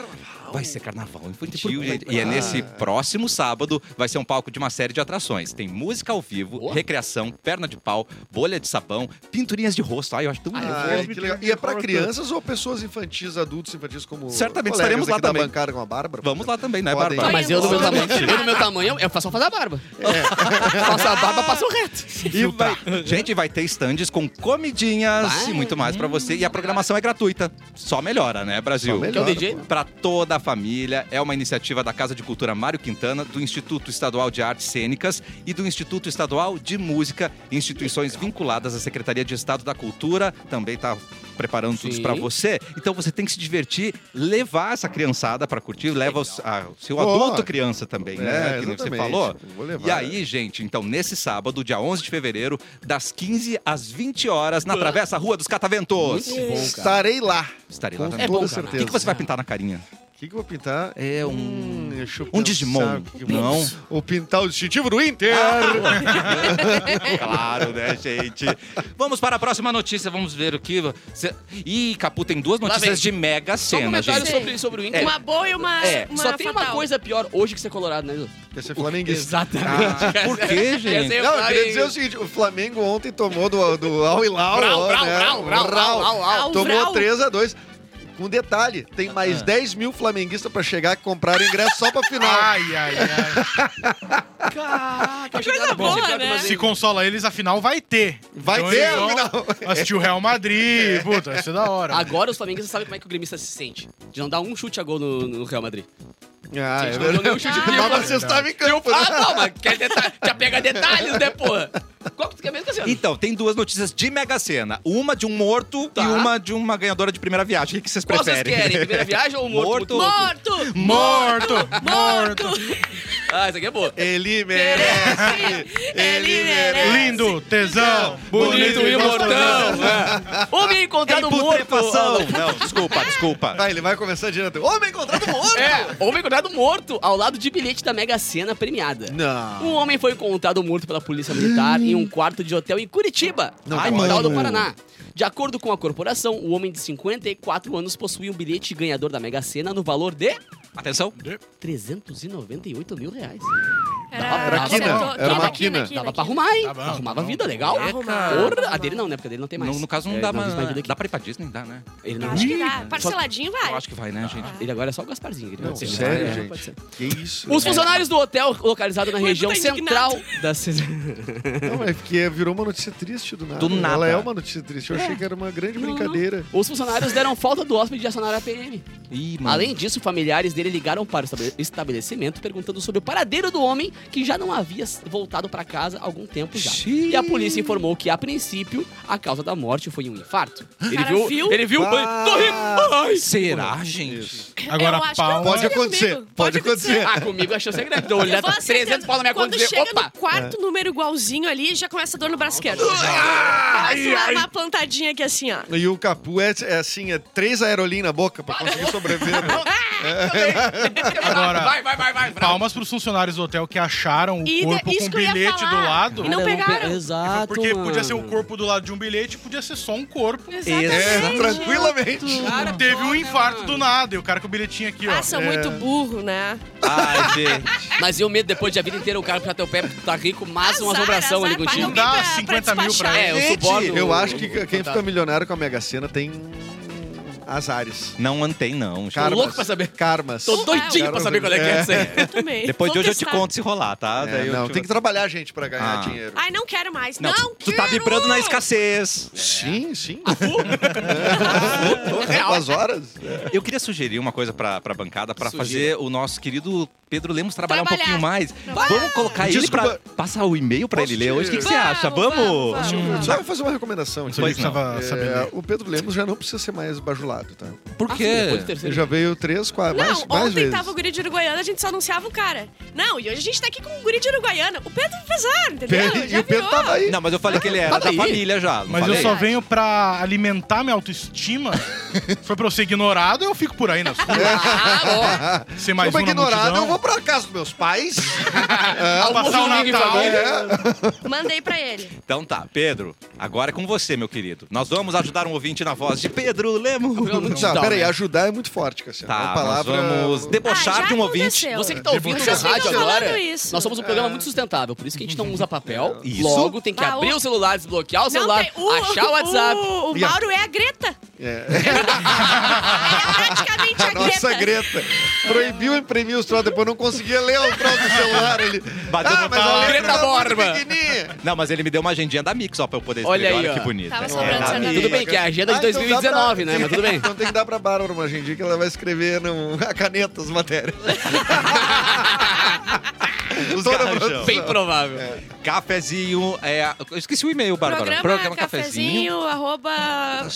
Speaker 1: Vai ser carnaval infantil,
Speaker 2: Vai
Speaker 1: gente.
Speaker 2: ter-
Speaker 1: E é nesse próximo sábado, vai ser um palco de uma série de atrações. Tem música ao vivo,
Speaker 2: Boa.
Speaker 1: recreação, perna de pau, bolha de sabão, pinturinhas de rosto. Ai, eu acho tão
Speaker 2: Ah, eu
Speaker 1: lindo.
Speaker 2: vou-
Speaker 4: Ai, que legal. E é pra crianças ou pessoas infantis, adultos infantis como
Speaker 1: Certamente
Speaker 4: colegas
Speaker 1: estaremos lá
Speaker 4: aqui da
Speaker 1: também.
Speaker 4: bancada com a Bárbara?
Speaker 1: Vamos lá também, né,
Speaker 4: Podem.
Speaker 2: Ah,
Speaker 1: Bárbara?
Speaker 2: mas eu no meu
Speaker 3: Olha,
Speaker 2: tamanho,
Speaker 3: olha.
Speaker 2: eu no meu tamanho, eu faço só fazer a barba.
Speaker 1: É.
Speaker 2: faço a barba, passo reto.
Speaker 1: E vai- gente, vai ter stands com comidinhas
Speaker 2: Vai.
Speaker 1: e muito mais pra você. E a programação é gratuita. Só melhora, né, Brasil?
Speaker 4: Só melhora,
Speaker 2: Que é o DJ?
Speaker 4: pô.
Speaker 1: Pra toda a família. É uma iniciativa da Casa de Cultura Mário Quintana, do Instituto Estadual de Artes Cênicas e do Instituto Estadual de Música, instituições vinculadas à Secretaria de Estado da Cultura. Também tá preparando tudo isso
Speaker 2: Sim.
Speaker 1: pra você. Então você tem que se divertir, levar essa criançada pra curtir, leva o, a- o seu
Speaker 4: Boa. É,
Speaker 1: adulto criança também, né? Que nem você
Speaker 4: exatamente.
Speaker 1: falou.
Speaker 4: Vou levar.
Speaker 1: E aí, gente, então nesse sábado, dia 11 de fevereiro, das 15 às 20 horas, na Travessa Rua dos Cataventos.
Speaker 2: Muito bom, cara.
Speaker 4: Estarei lá.
Speaker 1: Estarei lá
Speaker 4: Com
Speaker 1: também.
Speaker 2: É
Speaker 4: toda
Speaker 2: bom, cara.
Speaker 1: O que,
Speaker 4: certeza.
Speaker 1: que você vai pintar na carinha?
Speaker 4: que, que eu vou pintar? Hum,
Speaker 1: É um-
Speaker 4: deixa eu
Speaker 1: Um Digimon.
Speaker 4: pensar o que que eu vou-
Speaker 1: Não.
Speaker 4: Vou pintar o distintivo do Inter.
Speaker 1: Claro, né, gente? Vamos para a próxima notícia. Vamos ver o que. Cê- Ih, Capu, tem duas notícias de mega
Speaker 2: Só um
Speaker 1: cena,
Speaker 2: comentário
Speaker 1: gente.
Speaker 2: sobre, sobre o Inter.
Speaker 3: Uma boa e uma.
Speaker 1: É,
Speaker 3: uma
Speaker 2: Só tem uma
Speaker 3: fatal.
Speaker 2: coisa pior hoje que ser colorado, né, Edu?
Speaker 4: Quer ser flamenguista?
Speaker 2: Exatamente.
Speaker 1: Ah, por
Speaker 2: é
Speaker 1: quê, gente?
Speaker 4: Não, eu queria dizer o seguinte, o Flamengo ontem tomou do, do Al Hilal,
Speaker 2: Brau,
Speaker 4: ó,
Speaker 2: brau,
Speaker 4: né?
Speaker 2: brau, brau, brau, brau,
Speaker 3: brau.
Speaker 4: Tomou
Speaker 3: Brau.
Speaker 4: 3x2. Com detalhe, tem mais
Speaker 1: Ah.
Speaker 4: 10 mil flamenguistas pra chegar que compraram ingresso só pra final.
Speaker 5: Ai, ai, ai.
Speaker 2: Caraca,
Speaker 3: coisa
Speaker 2: chegada
Speaker 3: boa,
Speaker 2: chegada,
Speaker 3: né?
Speaker 2: mas-
Speaker 5: Se consola eles, afinal vai ter.
Speaker 4: Vai
Speaker 5: Então
Speaker 4: ter
Speaker 5: eles
Speaker 4: a
Speaker 5: vão
Speaker 4: final.
Speaker 5: Assistir o Real
Speaker 3: É.
Speaker 5: Madrid. Puta, vai ser da hora.
Speaker 2: Agora os flamenguistas sabem como é que o gremista se sente. De não dar um chute a gol no, no Real Madrid.
Speaker 4: Ah, é
Speaker 2: Gente,
Speaker 4: verdade.
Speaker 2: não deu nenhum chute de
Speaker 4: Mas
Speaker 2: bola.
Speaker 4: vocês estavam em campo, né?
Speaker 2: Ah, não, mas quer deta- já pega detalhes, né, porra? Qual que tu quer mesmo, Cassiano?
Speaker 1: Então, tem duas notícias de mega cena. Uma de um morto
Speaker 2: Tá.
Speaker 1: e uma de uma ganhadora de primeira viagem. O que que vocês
Speaker 2: Qual vocês
Speaker 1: preferem?
Speaker 2: querem? Primeira viagem ou morto?
Speaker 1: Morto.
Speaker 2: muito louco?
Speaker 3: Morto!
Speaker 5: Morto!
Speaker 3: Morto!
Speaker 2: Ah, isso aqui é boa.
Speaker 4: Ele merece. Ele merece.
Speaker 5: Lindo, tesão,
Speaker 2: Bonito e
Speaker 5: gostoso.
Speaker 2: imortal. É. Homem
Speaker 1: É
Speaker 2: encontrado morto.
Speaker 1: putrefação! Não, desculpa, desculpa.
Speaker 4: Vai, ele vai começar direto. Homem encontrado morto.
Speaker 2: É, homem encontrado morto ao lado de bilhete da Mega Sena premiada.
Speaker 4: Não.
Speaker 2: Um homem foi encontrado morto pela polícia militar em um quarto de hotel em Curitiba,
Speaker 4: Não
Speaker 2: na
Speaker 4: pode.
Speaker 2: capital do Paraná. De acordo com a corporação, o homem de 54 anos possui um bilhete ganhador da Mega Sena no valor de
Speaker 1: Atenção.
Speaker 2: 398 mil reais.
Speaker 3: Era,
Speaker 2: Era
Speaker 4: quina,
Speaker 3: acertou.
Speaker 4: era uma quina.
Speaker 2: Dava pra arrumar, hein?
Speaker 5: Tá bom,
Speaker 2: Arrumava
Speaker 5: tá
Speaker 2: a
Speaker 5: bom.
Speaker 2: vida, legal.
Speaker 3: É,
Speaker 2: Porra,
Speaker 3: cara.
Speaker 2: a dele não, né? Porque a dele não tem mais.
Speaker 1: No, no caso, não
Speaker 2: É,
Speaker 1: dá,
Speaker 2: existe mais vida
Speaker 1: mas
Speaker 2: aqui.
Speaker 1: dá pra ir pra Disney? Dá, né?
Speaker 2: Ele não
Speaker 3: Acho que dá. Parceladinho vai.
Speaker 1: Eu acho que vai, né, gente?
Speaker 2: Ele agora é só o Gasparzinho. Ele
Speaker 4: Não,
Speaker 2: pode ser.
Speaker 4: sério,
Speaker 2: É,
Speaker 4: gente.
Speaker 2: pode ser.
Speaker 4: Que isso? né?
Speaker 2: Os funcionários do hotel, localizado na
Speaker 3: Mas tu
Speaker 2: região
Speaker 3: tá
Speaker 2: central da cidade.
Speaker 4: Não, é porque virou uma notícia triste do nada.
Speaker 1: Do nada.
Speaker 4: Ela é uma notícia triste. Eu achei que era uma grande
Speaker 2: Não, não.
Speaker 4: brincadeira.
Speaker 2: Os funcionários deram falta do hóspede e acionaram a PM.
Speaker 1: Ih, mano.
Speaker 2: Ah. Além disso, familiares dele ligaram para o estabe- estabelecimento perguntando sobre o paradeiro do homem que já não havia s- voltado para casa há algum tempo já.
Speaker 1: Xiii.
Speaker 2: E a polícia informou que, a princípio, a causa da morte foi um infarto. Ele
Speaker 3: Cara,
Speaker 2: viu,
Speaker 3: viu?
Speaker 2: ele viu o banho.
Speaker 4: Ah.
Speaker 2: Tô rindo. Ai.
Speaker 1: Será, gente?
Speaker 4: Isso.
Speaker 5: Agora,
Speaker 3: Eu acho que
Speaker 5: pau.
Speaker 3: eu
Speaker 4: Pode
Speaker 3: Olha
Speaker 4: acontecer.
Speaker 3: comigo.
Speaker 4: Pode,
Speaker 3: Pode
Speaker 4: acontecer.
Speaker 2: Ah, comigo a chance é grande. Deu uma
Speaker 3: Eu
Speaker 2: olhada,
Speaker 3: vou acertando.
Speaker 2: 300 pau na minha conta
Speaker 3: Quando
Speaker 2: e dizer,
Speaker 3: chega
Speaker 2: opa.
Speaker 3: no quarto número igualzinho ali, já começa a dor no braço esquerdo. Faz uma, uma plantadinha aqui assim, ó.
Speaker 4: E o Capu é, é assim, é três aerolim na boca pra conseguir sobreviver. né?
Speaker 5: Agora-
Speaker 2: Vai, vai, vai, vai. bravo.
Speaker 5: Palmas pros funcionários do hotel que acharam o
Speaker 3: E de-
Speaker 5: corpo
Speaker 3: isso
Speaker 5: com
Speaker 3: que eu ia
Speaker 5: bilhete do
Speaker 3: falar.
Speaker 5: lado.
Speaker 3: E não
Speaker 2: Cara,
Speaker 3: pegaram.
Speaker 2: Exato,
Speaker 5: Porque podia
Speaker 2: mano.
Speaker 5: ser o corpo do lado de um bilhete, podia ser só um corpo.
Speaker 4: É, tranquilamente.
Speaker 2: Cara,
Speaker 5: Teve um
Speaker 2: foda,
Speaker 5: infarto
Speaker 2: mano.
Speaker 5: do nada e o cara com o bilhetinho aqui, ó. É,
Speaker 3: Ah,
Speaker 1: É.
Speaker 3: são muito burro, né?
Speaker 1: Ai, gente.
Speaker 2: Mas e o medo depois de a vida inteira o cara puxar teu pé, porque tu tá rico, mas uma
Speaker 3: Azar,
Speaker 2: assombração
Speaker 3: azar,
Speaker 2: ali
Speaker 3: paga
Speaker 2: contigo.
Speaker 5: Não dá
Speaker 3: alguém
Speaker 5: 50 mil pra
Speaker 3: despachar.
Speaker 2: ele. É, eu
Speaker 4: Gente,
Speaker 2: suborno
Speaker 4: eu
Speaker 2: o-
Speaker 4: acho que
Speaker 2: o
Speaker 4: quem
Speaker 2: contato.
Speaker 4: fica milionário com a Mega Sena tem azares.
Speaker 1: Não mantém, não. gente.
Speaker 4: Karmas.
Speaker 2: louco pra saber.
Speaker 4: Karmas.
Speaker 2: Tô doidinho pra saber qual é que é isso aí.
Speaker 3: Eu também.
Speaker 1: Depois de
Speaker 3: Vou
Speaker 1: hoje eu
Speaker 3: testar.
Speaker 1: te conto se rolar, tá?
Speaker 4: É,
Speaker 1: Daí eu
Speaker 4: não,
Speaker 1: te-
Speaker 4: tem que trabalhar, gente, pra ganhar
Speaker 1: Ah.
Speaker 4: dinheiro.
Speaker 3: Ai, não quero mais.
Speaker 1: Não,
Speaker 3: Não,
Speaker 1: tu- tu tá
Speaker 3: quero!
Speaker 1: vibrando na escassez.
Speaker 4: é. Sim, sim. é
Speaker 2: É Real.
Speaker 4: Duas horas.
Speaker 1: Eu queria sugerir uma coisa pra, pra bancada, pra
Speaker 2: Sugira.
Speaker 1: fazer o nosso querido Pedro Lemos trabalhar, um
Speaker 3: Trabalhar.
Speaker 1: pouquinho mais. Vamos colocar ele
Speaker 4: Desculpa.
Speaker 1: pra passar o e-mail pra
Speaker 4: Posso
Speaker 1: ele ler
Speaker 4: te-
Speaker 1: hoje? O que, que você
Speaker 3: Vamos,
Speaker 1: acha?
Speaker 3: vamos,
Speaker 1: Vamos!
Speaker 3: vamos,
Speaker 1: Hum,
Speaker 3: vamos.
Speaker 1: sabe
Speaker 4: Só vou fazer uma recomendação. aqui.
Speaker 5: Só ele precisava
Speaker 4: É,
Speaker 5: saber ler.
Speaker 4: o Pedro Lemos já não precisa ser mais bajulado, tá?
Speaker 1: Por
Speaker 2: Ah,
Speaker 1: quê?
Speaker 2: sim, depois do
Speaker 4: Ele
Speaker 2: terceiro.
Speaker 4: já veio três, quatro,
Speaker 3: Não,
Speaker 4: mais, mais
Speaker 3: ontem
Speaker 4: vezes.
Speaker 3: tava o guri de Uruguaiana, a gente só anunciava o cara. Não, e hoje a gente tá aqui com o guri de Uruguaiana. O Pedro pesar, entendeu?
Speaker 4: Pedro- e
Speaker 3: Já
Speaker 4: o Pedro
Speaker 3: virou.
Speaker 4: tava aí.
Speaker 1: Não, mas eu falei que ele era
Speaker 2: Fala
Speaker 1: da
Speaker 2: aí.
Speaker 1: família já. não
Speaker 5: Mas eu
Speaker 1: falei?
Speaker 5: só venho pra alimentar minha autoestima. Se for pra eu ser ignorado, eu fico por aí na sua.
Speaker 2: Ah,
Speaker 5: Ser
Speaker 4: É. Se
Speaker 5: mais
Speaker 4: eu for
Speaker 5: um na
Speaker 4: ignorado,
Speaker 5: multidão.
Speaker 4: eu vou pra casa dos meus pais.
Speaker 2: bom.
Speaker 5: passar
Speaker 2: Almoço
Speaker 5: o
Speaker 2: livre em
Speaker 5: Natal.
Speaker 2: família.
Speaker 3: Mandei pra ele.
Speaker 1: Então tá, Pedro, agora é com você, meu querido. Nós vamos ajudar um ouvinte na voz de Pedro Lemos.
Speaker 2: Pelo amor de
Speaker 4: Não,
Speaker 2: Deus,
Speaker 4: peraí,
Speaker 2: né?
Speaker 4: ajudar é muito forte, Cassiano.
Speaker 1: Então, Tá,
Speaker 4: Uma
Speaker 1: nós
Speaker 4: palavra...
Speaker 1: vamos
Speaker 3: Ah,
Speaker 1: debochar
Speaker 3: já
Speaker 1: de um ouvinte.
Speaker 3: aconteceu.
Speaker 2: Você que tá ouvindo no
Speaker 5: Vocês
Speaker 3: ficam
Speaker 2: rádio
Speaker 3: falando
Speaker 2: agora,
Speaker 3: isso.
Speaker 2: nós somos um programa muito sustentável, por isso que a gente não usa papel.
Speaker 1: Isso.
Speaker 2: Logo, tem que
Speaker 3: Ah, o-
Speaker 2: abrir o celular, desbloquear o
Speaker 3: Não,
Speaker 2: celular,
Speaker 3: tem- Uh, o-
Speaker 2: achar o WhatsApp.
Speaker 3: O, o
Speaker 4: E a-
Speaker 3: Mauro é a Greta.
Speaker 4: É,
Speaker 3: É praticamente a,
Speaker 4: nossa Greta. Proibiu imprimir os troços, depois não conseguia ler o troço do celular. Ele...
Speaker 1: Bateu
Speaker 4: ah,
Speaker 1: no
Speaker 4: mas a
Speaker 1: talo.
Speaker 4: letra
Speaker 2: Greta
Speaker 4: tá muito
Speaker 2: Borba.
Speaker 4: pequenininha.
Speaker 1: Não, mas ele me deu uma agendinha da Mix, ó, pra eu poder
Speaker 2: Olha
Speaker 1: escrever.
Speaker 2: aí,
Speaker 1: Olha que
Speaker 2: ó.
Speaker 1: bonito.
Speaker 3: Tava
Speaker 1: É,
Speaker 3: sobrando
Speaker 1: da
Speaker 3: essa
Speaker 1: Mix.
Speaker 3: nota.
Speaker 2: Tudo bem que é a agenda de
Speaker 4: Ah, então dá pra-
Speaker 2: 2019, né? Mas tudo bem.
Speaker 4: Então tem que dar pra Bárbara uma agendinha que ela vai escrever no... a caneta as matérias.
Speaker 1: os
Speaker 4: toda É a
Speaker 1: garranchão.
Speaker 2: Bem provável.
Speaker 1: Cafezinho. É, eu esqueci o e-mail, Bárbara.
Speaker 3: Programa, cafezinho, arroba...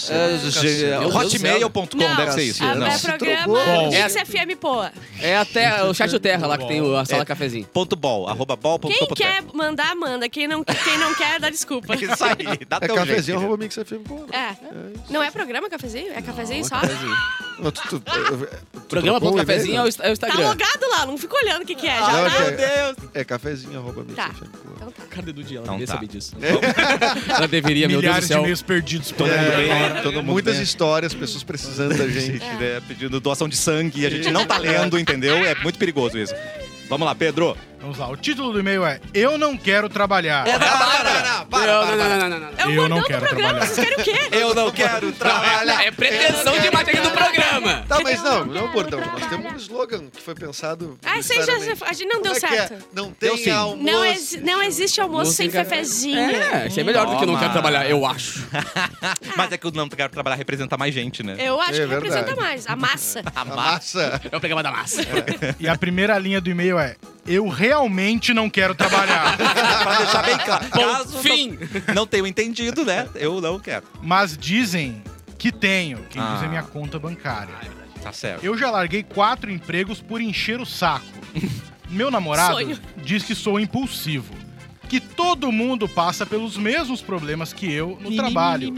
Speaker 6: É, ge-
Speaker 2: Meu Deus
Speaker 1: Hotmail.com,
Speaker 3: Não,
Speaker 1: deve ser isso. né?
Speaker 3: Ah,
Speaker 1: Não.
Speaker 3: É
Speaker 6: Se
Speaker 3: programa
Speaker 6: drogou.
Speaker 3: XFM Poa.
Speaker 2: É até o chat do Terra lá que tem o- a sala cafezinho.
Speaker 1: Ponto bol, arroba bol ponto
Speaker 3: Quem
Speaker 1: com ponto
Speaker 3: quer mandar, manda. Quem não, quem não quer, dá desculpa.
Speaker 1: é. Isso aí, dá
Speaker 4: É
Speaker 1: teu
Speaker 4: cafezinho,
Speaker 1: jeito.
Speaker 4: arroba mixfm. Pô, né?
Speaker 3: É. Não é programa cafezinho? É cafezinho só?
Speaker 4: Não, tu- tu- tu- tu
Speaker 2: Programa
Speaker 4: trocou
Speaker 2: ponto
Speaker 4: o
Speaker 2: cafezinho é
Speaker 4: e-mail?
Speaker 2: o Insta- é o
Speaker 3: Tá
Speaker 2: Instagram.
Speaker 3: logado lá, não fica olhando o que, que é.
Speaker 4: Não,
Speaker 3: Já tá.
Speaker 4: é que
Speaker 1: Deus!
Speaker 4: É cafezinho, arroba mixfm. Pô.
Speaker 2: Cadê do dia? Ela
Speaker 1: Não
Speaker 2: devia
Speaker 1: tá.
Speaker 2: saber disso. Ela deveria, meu Deus do
Speaker 5: Milhares de
Speaker 2: céu.
Speaker 5: meios perdidos.
Speaker 1: Todo
Speaker 5: É.
Speaker 1: mundo bem, né?
Speaker 4: É,
Speaker 1: Todo mundo
Speaker 4: Muitas
Speaker 1: bem.
Speaker 4: histórias, pessoas precisando da gente.
Speaker 1: gente, né, Pedindo doação de sangue e a gente não tá lendo, entendeu? É muito perigoso isso. Vamos lá, Pedro.
Speaker 5: Vamos lá, o título do e-mail é Eu Não Quero Trabalhar.
Speaker 2: É da Bárbara.
Speaker 6: Não, não, não, para,
Speaker 2: Não,
Speaker 6: para,
Speaker 2: não,
Speaker 6: para.
Speaker 2: não, não, não, não.
Speaker 3: É o
Speaker 5: Eu
Speaker 3: bordão
Speaker 5: não
Speaker 3: do
Speaker 5: quero
Speaker 3: programa,
Speaker 5: trabalhar.
Speaker 3: vocês querem o quê?
Speaker 1: Eu não quero
Speaker 2: Não, É pretensão de matéria do programa.
Speaker 4: Tá, mas não, não é o bordão. Nós temos um slogan que foi pensado.
Speaker 3: Ah, isso aí já-
Speaker 4: necessariamente.
Speaker 3: já- a gente não
Speaker 4: Como
Speaker 3: deu
Speaker 4: é que é?
Speaker 3: certo.
Speaker 4: Não
Speaker 1: Deu sim.
Speaker 4: tem almoço.
Speaker 3: Não, exi- não existe almoço sem
Speaker 2: Música-
Speaker 3: cafezinho.
Speaker 2: É, isso é melhor do que não
Speaker 1: Toma.
Speaker 2: quero trabalhar, eu acho.
Speaker 1: Mas é que eu não quero trabalhar representar mais gente, né?
Speaker 3: Eu acho
Speaker 4: É
Speaker 3: que representa
Speaker 4: verdade.
Speaker 3: mais. A massa.
Speaker 4: A massa.
Speaker 2: É o programa da massa.
Speaker 5: E a primeira linha do e-mail é Eu realmente não quero trabalhar,
Speaker 1: pra deixar bem claro. Caso
Speaker 2: Bom, fim.
Speaker 1: Não, não tenham entendido, né? Eu não quero.
Speaker 5: mas dizem que tenho. Quem
Speaker 1: Ah.
Speaker 5: diz é minha conta bancária.
Speaker 1: Tá certo.
Speaker 5: Eu já larguei quatro empregos por encher o saco. Meu namorado
Speaker 3: Sonho.
Speaker 5: diz que sou impulsivo. Que todo mundo passa pelos mesmos problemas que eu no trabalho.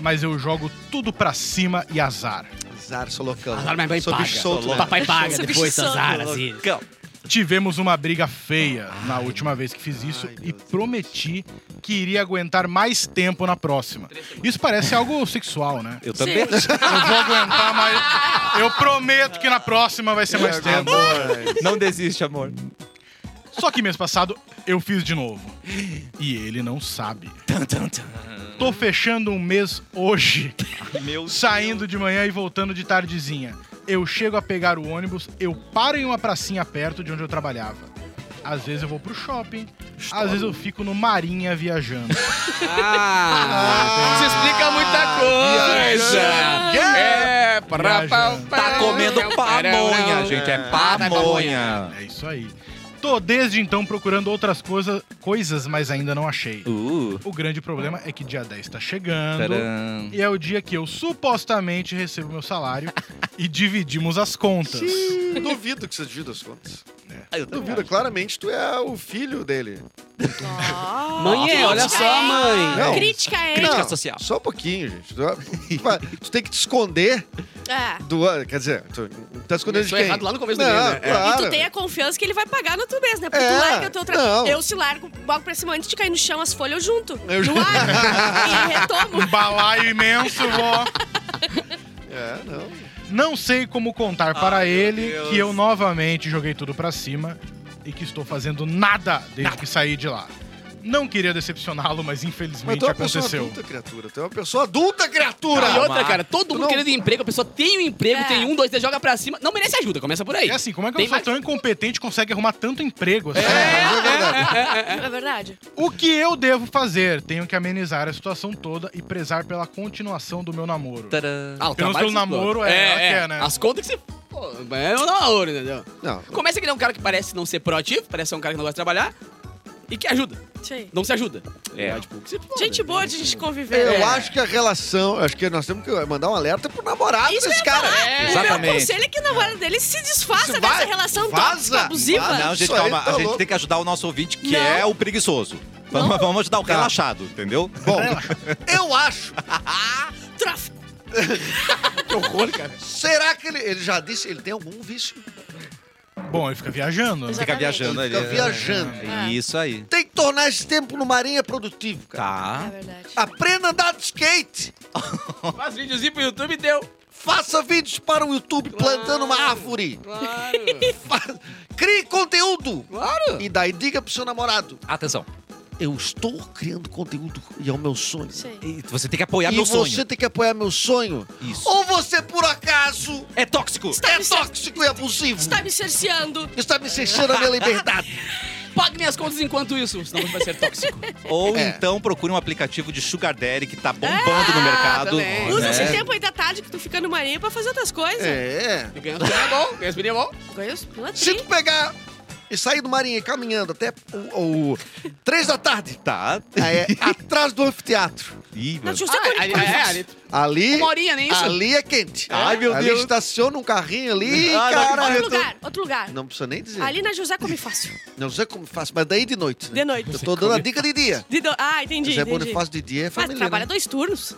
Speaker 5: Mas eu jogo tudo pra cima e azar.
Speaker 4: Azar, solocão.
Speaker 2: Azar, minha mãe
Speaker 4: Sou bicho
Speaker 2: paga.
Speaker 4: solto, né?
Speaker 2: Papai paga
Speaker 3: Esse
Speaker 2: depois,
Speaker 3: bicho
Speaker 2: Sanzara, assim.
Speaker 1: Cão.
Speaker 5: Tivemos uma briga feia na última vez que fiz isso
Speaker 4: Ai,
Speaker 5: e
Speaker 4: meu Deus.
Speaker 5: prometi que iria aguentar mais tempo na próxima. Isso parece algo sexual, né?
Speaker 1: Eu também.
Speaker 5: Eu vou aguentar mais. Eu prometo que na próxima vai ser mais
Speaker 4: É,
Speaker 5: tempo.
Speaker 4: amor, velho.
Speaker 1: Não desiste, amor.
Speaker 5: Só que mês passado eu fiz de novo. E ele não sabe.
Speaker 1: Tan, tan, tan.
Speaker 5: Tô fechando um mês hoje,
Speaker 1: Meu
Speaker 5: saindo de manhã e voltando de tardezinha. Eu chego a pegar o ônibus, eu paro em uma pracinha perto de onde eu trabalhava. Às vezes eu vou pro shopping, às vezes eu fico no Marinha viajando.
Speaker 2: Ah, isso explica muita coisa.
Speaker 5: Viajando.
Speaker 2: É, pra, pra,
Speaker 5: Viajando.
Speaker 1: Tá comendo pamonha, gente. É pamonha.
Speaker 5: É isso aí. Tô desde então procurando outras coisa, coisas, mas ainda não achei.
Speaker 1: Uh.
Speaker 5: O grande problema é que dia 10 tá chegando.
Speaker 1: Tcharam.
Speaker 5: E é o dia que eu supostamente recebo meu salário e dividimos as contas.
Speaker 4: Duvido que você ajuda as contas.
Speaker 6: Ah,
Speaker 1: Eu
Speaker 4: Duvido, claramente tu é o filho dele.
Speaker 3: Ó.
Speaker 2: Mãe, olha
Speaker 3: Crítica,
Speaker 2: só,
Speaker 3: hein?
Speaker 2: mãe.
Speaker 4: Não.
Speaker 3: Crítica, hein?
Speaker 1: Crítica
Speaker 4: Não,
Speaker 1: social.
Speaker 4: Só um pouquinho, gente. Tu, tu- tu tem que te esconder
Speaker 3: É.
Speaker 4: do. Quer dizer, tu tá escondendo
Speaker 2: Começou
Speaker 4: de quem?
Speaker 2: errado lá no começo do
Speaker 4: Não,
Speaker 2: e-mail, né? É.
Speaker 4: claro.
Speaker 3: E tu tem a confiança que ele vai pagar no tu mesmo, né? Porque
Speaker 4: É,
Speaker 3: tu larga o teu trabalho.
Speaker 4: não.
Speaker 3: Eu se largo logo pra cima antes de cair no chão as folhas, eu junto.
Speaker 4: Eu
Speaker 3: no
Speaker 4: junto.
Speaker 3: ar. e
Speaker 5: Um
Speaker 3: retomo.
Speaker 5: balaio imenso, vó.
Speaker 4: É, não.
Speaker 5: Não sei como contar para
Speaker 1: Ai, meu
Speaker 5: ele
Speaker 1: Deus.
Speaker 5: que eu novamente joguei tudo pra cima e que estou fazendo nada desde que saí de lá. Não queria decepcioná-lo, mas
Speaker 4: Mas
Speaker 5: infelizmente
Speaker 4: tu é uma pessoa
Speaker 5: aconteceu.
Speaker 4: adulta, criatura. Tu é uma pessoa adulta, criatura!
Speaker 2: Ah, E
Speaker 1: Calma.
Speaker 2: outra, cara, todo mundo
Speaker 4: Não.
Speaker 2: querendo emprego, a pessoa tem um emprego,
Speaker 3: É.
Speaker 2: tem um, dois, três, joga pra cima. Não merece ajuda, começa por aí.
Speaker 5: É assim, como é que uma
Speaker 2: Tem
Speaker 5: pessoa
Speaker 2: mais-
Speaker 5: tão incompetente consegue arrumar tanto emprego assim?
Speaker 4: é verdade.
Speaker 3: É verdade.
Speaker 5: O que eu devo fazer? Tenho que amenizar a situação toda e prezar pela continuação do meu namoro.
Speaker 1: Tcharam.
Speaker 2: Ah, o trabalho
Speaker 5: Pelo menos pelo
Speaker 2: se explora.
Speaker 5: namoro, é, ela quer, né?
Speaker 2: As contas que você. Pô, é o namoro, entendeu?
Speaker 4: Não,
Speaker 2: Começa que ele é um cara que parece não ser proativo, parece ser um cara que não gosta de trabalhar e que ajuda.
Speaker 3: Isso aí.
Speaker 2: Não se ajuda.
Speaker 1: É.
Speaker 2: Mas, tipo, que se foda.
Speaker 3: Gente boa de gente conviver.
Speaker 4: eu
Speaker 3: É.
Speaker 4: acho que a relação. Acho que nós temos que mandar um alerta pro namorado
Speaker 3: Isso é
Speaker 4: desse cara.
Speaker 3: O
Speaker 1: Exatamente.
Speaker 3: meu conselho é que o namorado dele se desfaça
Speaker 4: Isso
Speaker 3: dessa
Speaker 4: vai,
Speaker 3: relação
Speaker 4: vaza.
Speaker 3: tóxica, abusiva.
Speaker 1: Ah, não,
Speaker 4: Isso
Speaker 1: gente,
Speaker 4: aí
Speaker 1: calma.
Speaker 4: tá
Speaker 1: a gente
Speaker 4: louco.
Speaker 1: tem que ajudar o nosso ouvinte, que
Speaker 3: Não.
Speaker 1: é o preguiçoso. Vamos, vamos ajudar o
Speaker 4: Tá.
Speaker 1: relaxado, entendeu?
Speaker 4: Bom, eu acho.
Speaker 3: Tráfico.
Speaker 2: Que horror, cara.
Speaker 4: Será que ele. Ele já disse, ele tem algum vício?
Speaker 5: Bom, ele fica viajando. né?
Speaker 1: Fica
Speaker 3: Exatamente.
Speaker 1: viajando ali.
Speaker 4: Fica viajando.
Speaker 1: É Isso aí.
Speaker 4: Tem que tornar esse tempo no Marinha produtivo, cara.
Speaker 3: É
Speaker 1: Tá.
Speaker 3: verdade.
Speaker 4: Aprenda a andar de skate.
Speaker 2: Faz videozinho pro YouTube e deu.
Speaker 4: Faça vídeos para o YouTube plantando uma árvore.
Speaker 2: Claro.
Speaker 4: Fa- Crie conteúdo.
Speaker 2: claro.
Speaker 4: E daí diga pro seu namorado:
Speaker 1: Atenção.
Speaker 4: Eu estou criando conteúdo e é o meu sonho.
Speaker 3: Isso aí.
Speaker 1: E Você tem que apoiar
Speaker 4: e
Speaker 1: meu
Speaker 4: você
Speaker 1: sonho.
Speaker 4: tem que apoiar meu sonho.
Speaker 1: Isso.
Speaker 4: Ou você, por acaso,
Speaker 1: É tóxico.
Speaker 3: Está
Speaker 4: é
Speaker 3: me cer-
Speaker 4: tóxico e abusivo.
Speaker 3: Está tá me cerceando.
Speaker 4: Está me cerceando a minha liberdade.
Speaker 2: Pague minhas contas enquanto isso, senão vai ser tóxico.
Speaker 1: Ou
Speaker 4: É.
Speaker 1: então procure um aplicativo de Sugar Daddy que tá bombando no
Speaker 2: Ah,
Speaker 1: mercado.
Speaker 2: também.
Speaker 1: né?
Speaker 3: Usa esse tempo aí da tarde que tu fica no marinho pra fazer outras coisas.
Speaker 4: É.
Speaker 2: um E ganha os pirinha bom, ganha os pirinha bom.
Speaker 3: Ganha os pila
Speaker 4: Se
Speaker 3: tri.
Speaker 4: tu pegar
Speaker 6: e saí do Marinha caminhando até o, o- três da tarde,
Speaker 1: Tá.
Speaker 6: é, atrás do anfiteatro.
Speaker 1: Ih, meu
Speaker 3: Não, deixa eu
Speaker 2: Ah,
Speaker 3: ser
Speaker 2: ali- é, ali-
Speaker 6: Ali,
Speaker 2: Uma horinha, nem isso?
Speaker 6: ali é quente.
Speaker 1: Ai, meu
Speaker 6: ali
Speaker 1: Deus.
Speaker 6: estaciona um carrinho ali,
Speaker 1: Ah, não
Speaker 6: cara.
Speaker 3: Outro
Speaker 6: eu tô-
Speaker 3: lugar, outro lugar.
Speaker 6: Não precisa nem dizer.
Speaker 3: Ali na José come fácil.
Speaker 6: Não sei como faço, mas daí de noite. Né?
Speaker 3: De noite.
Speaker 6: Eu tô dando a dica de dia.
Speaker 3: De do- Ah, entendi.
Speaker 6: José
Speaker 3: entendi.
Speaker 6: Bonifácio de dia é
Speaker 3: Mas
Speaker 6: família.
Speaker 3: trabalha
Speaker 6: né?
Speaker 3: dois turnos.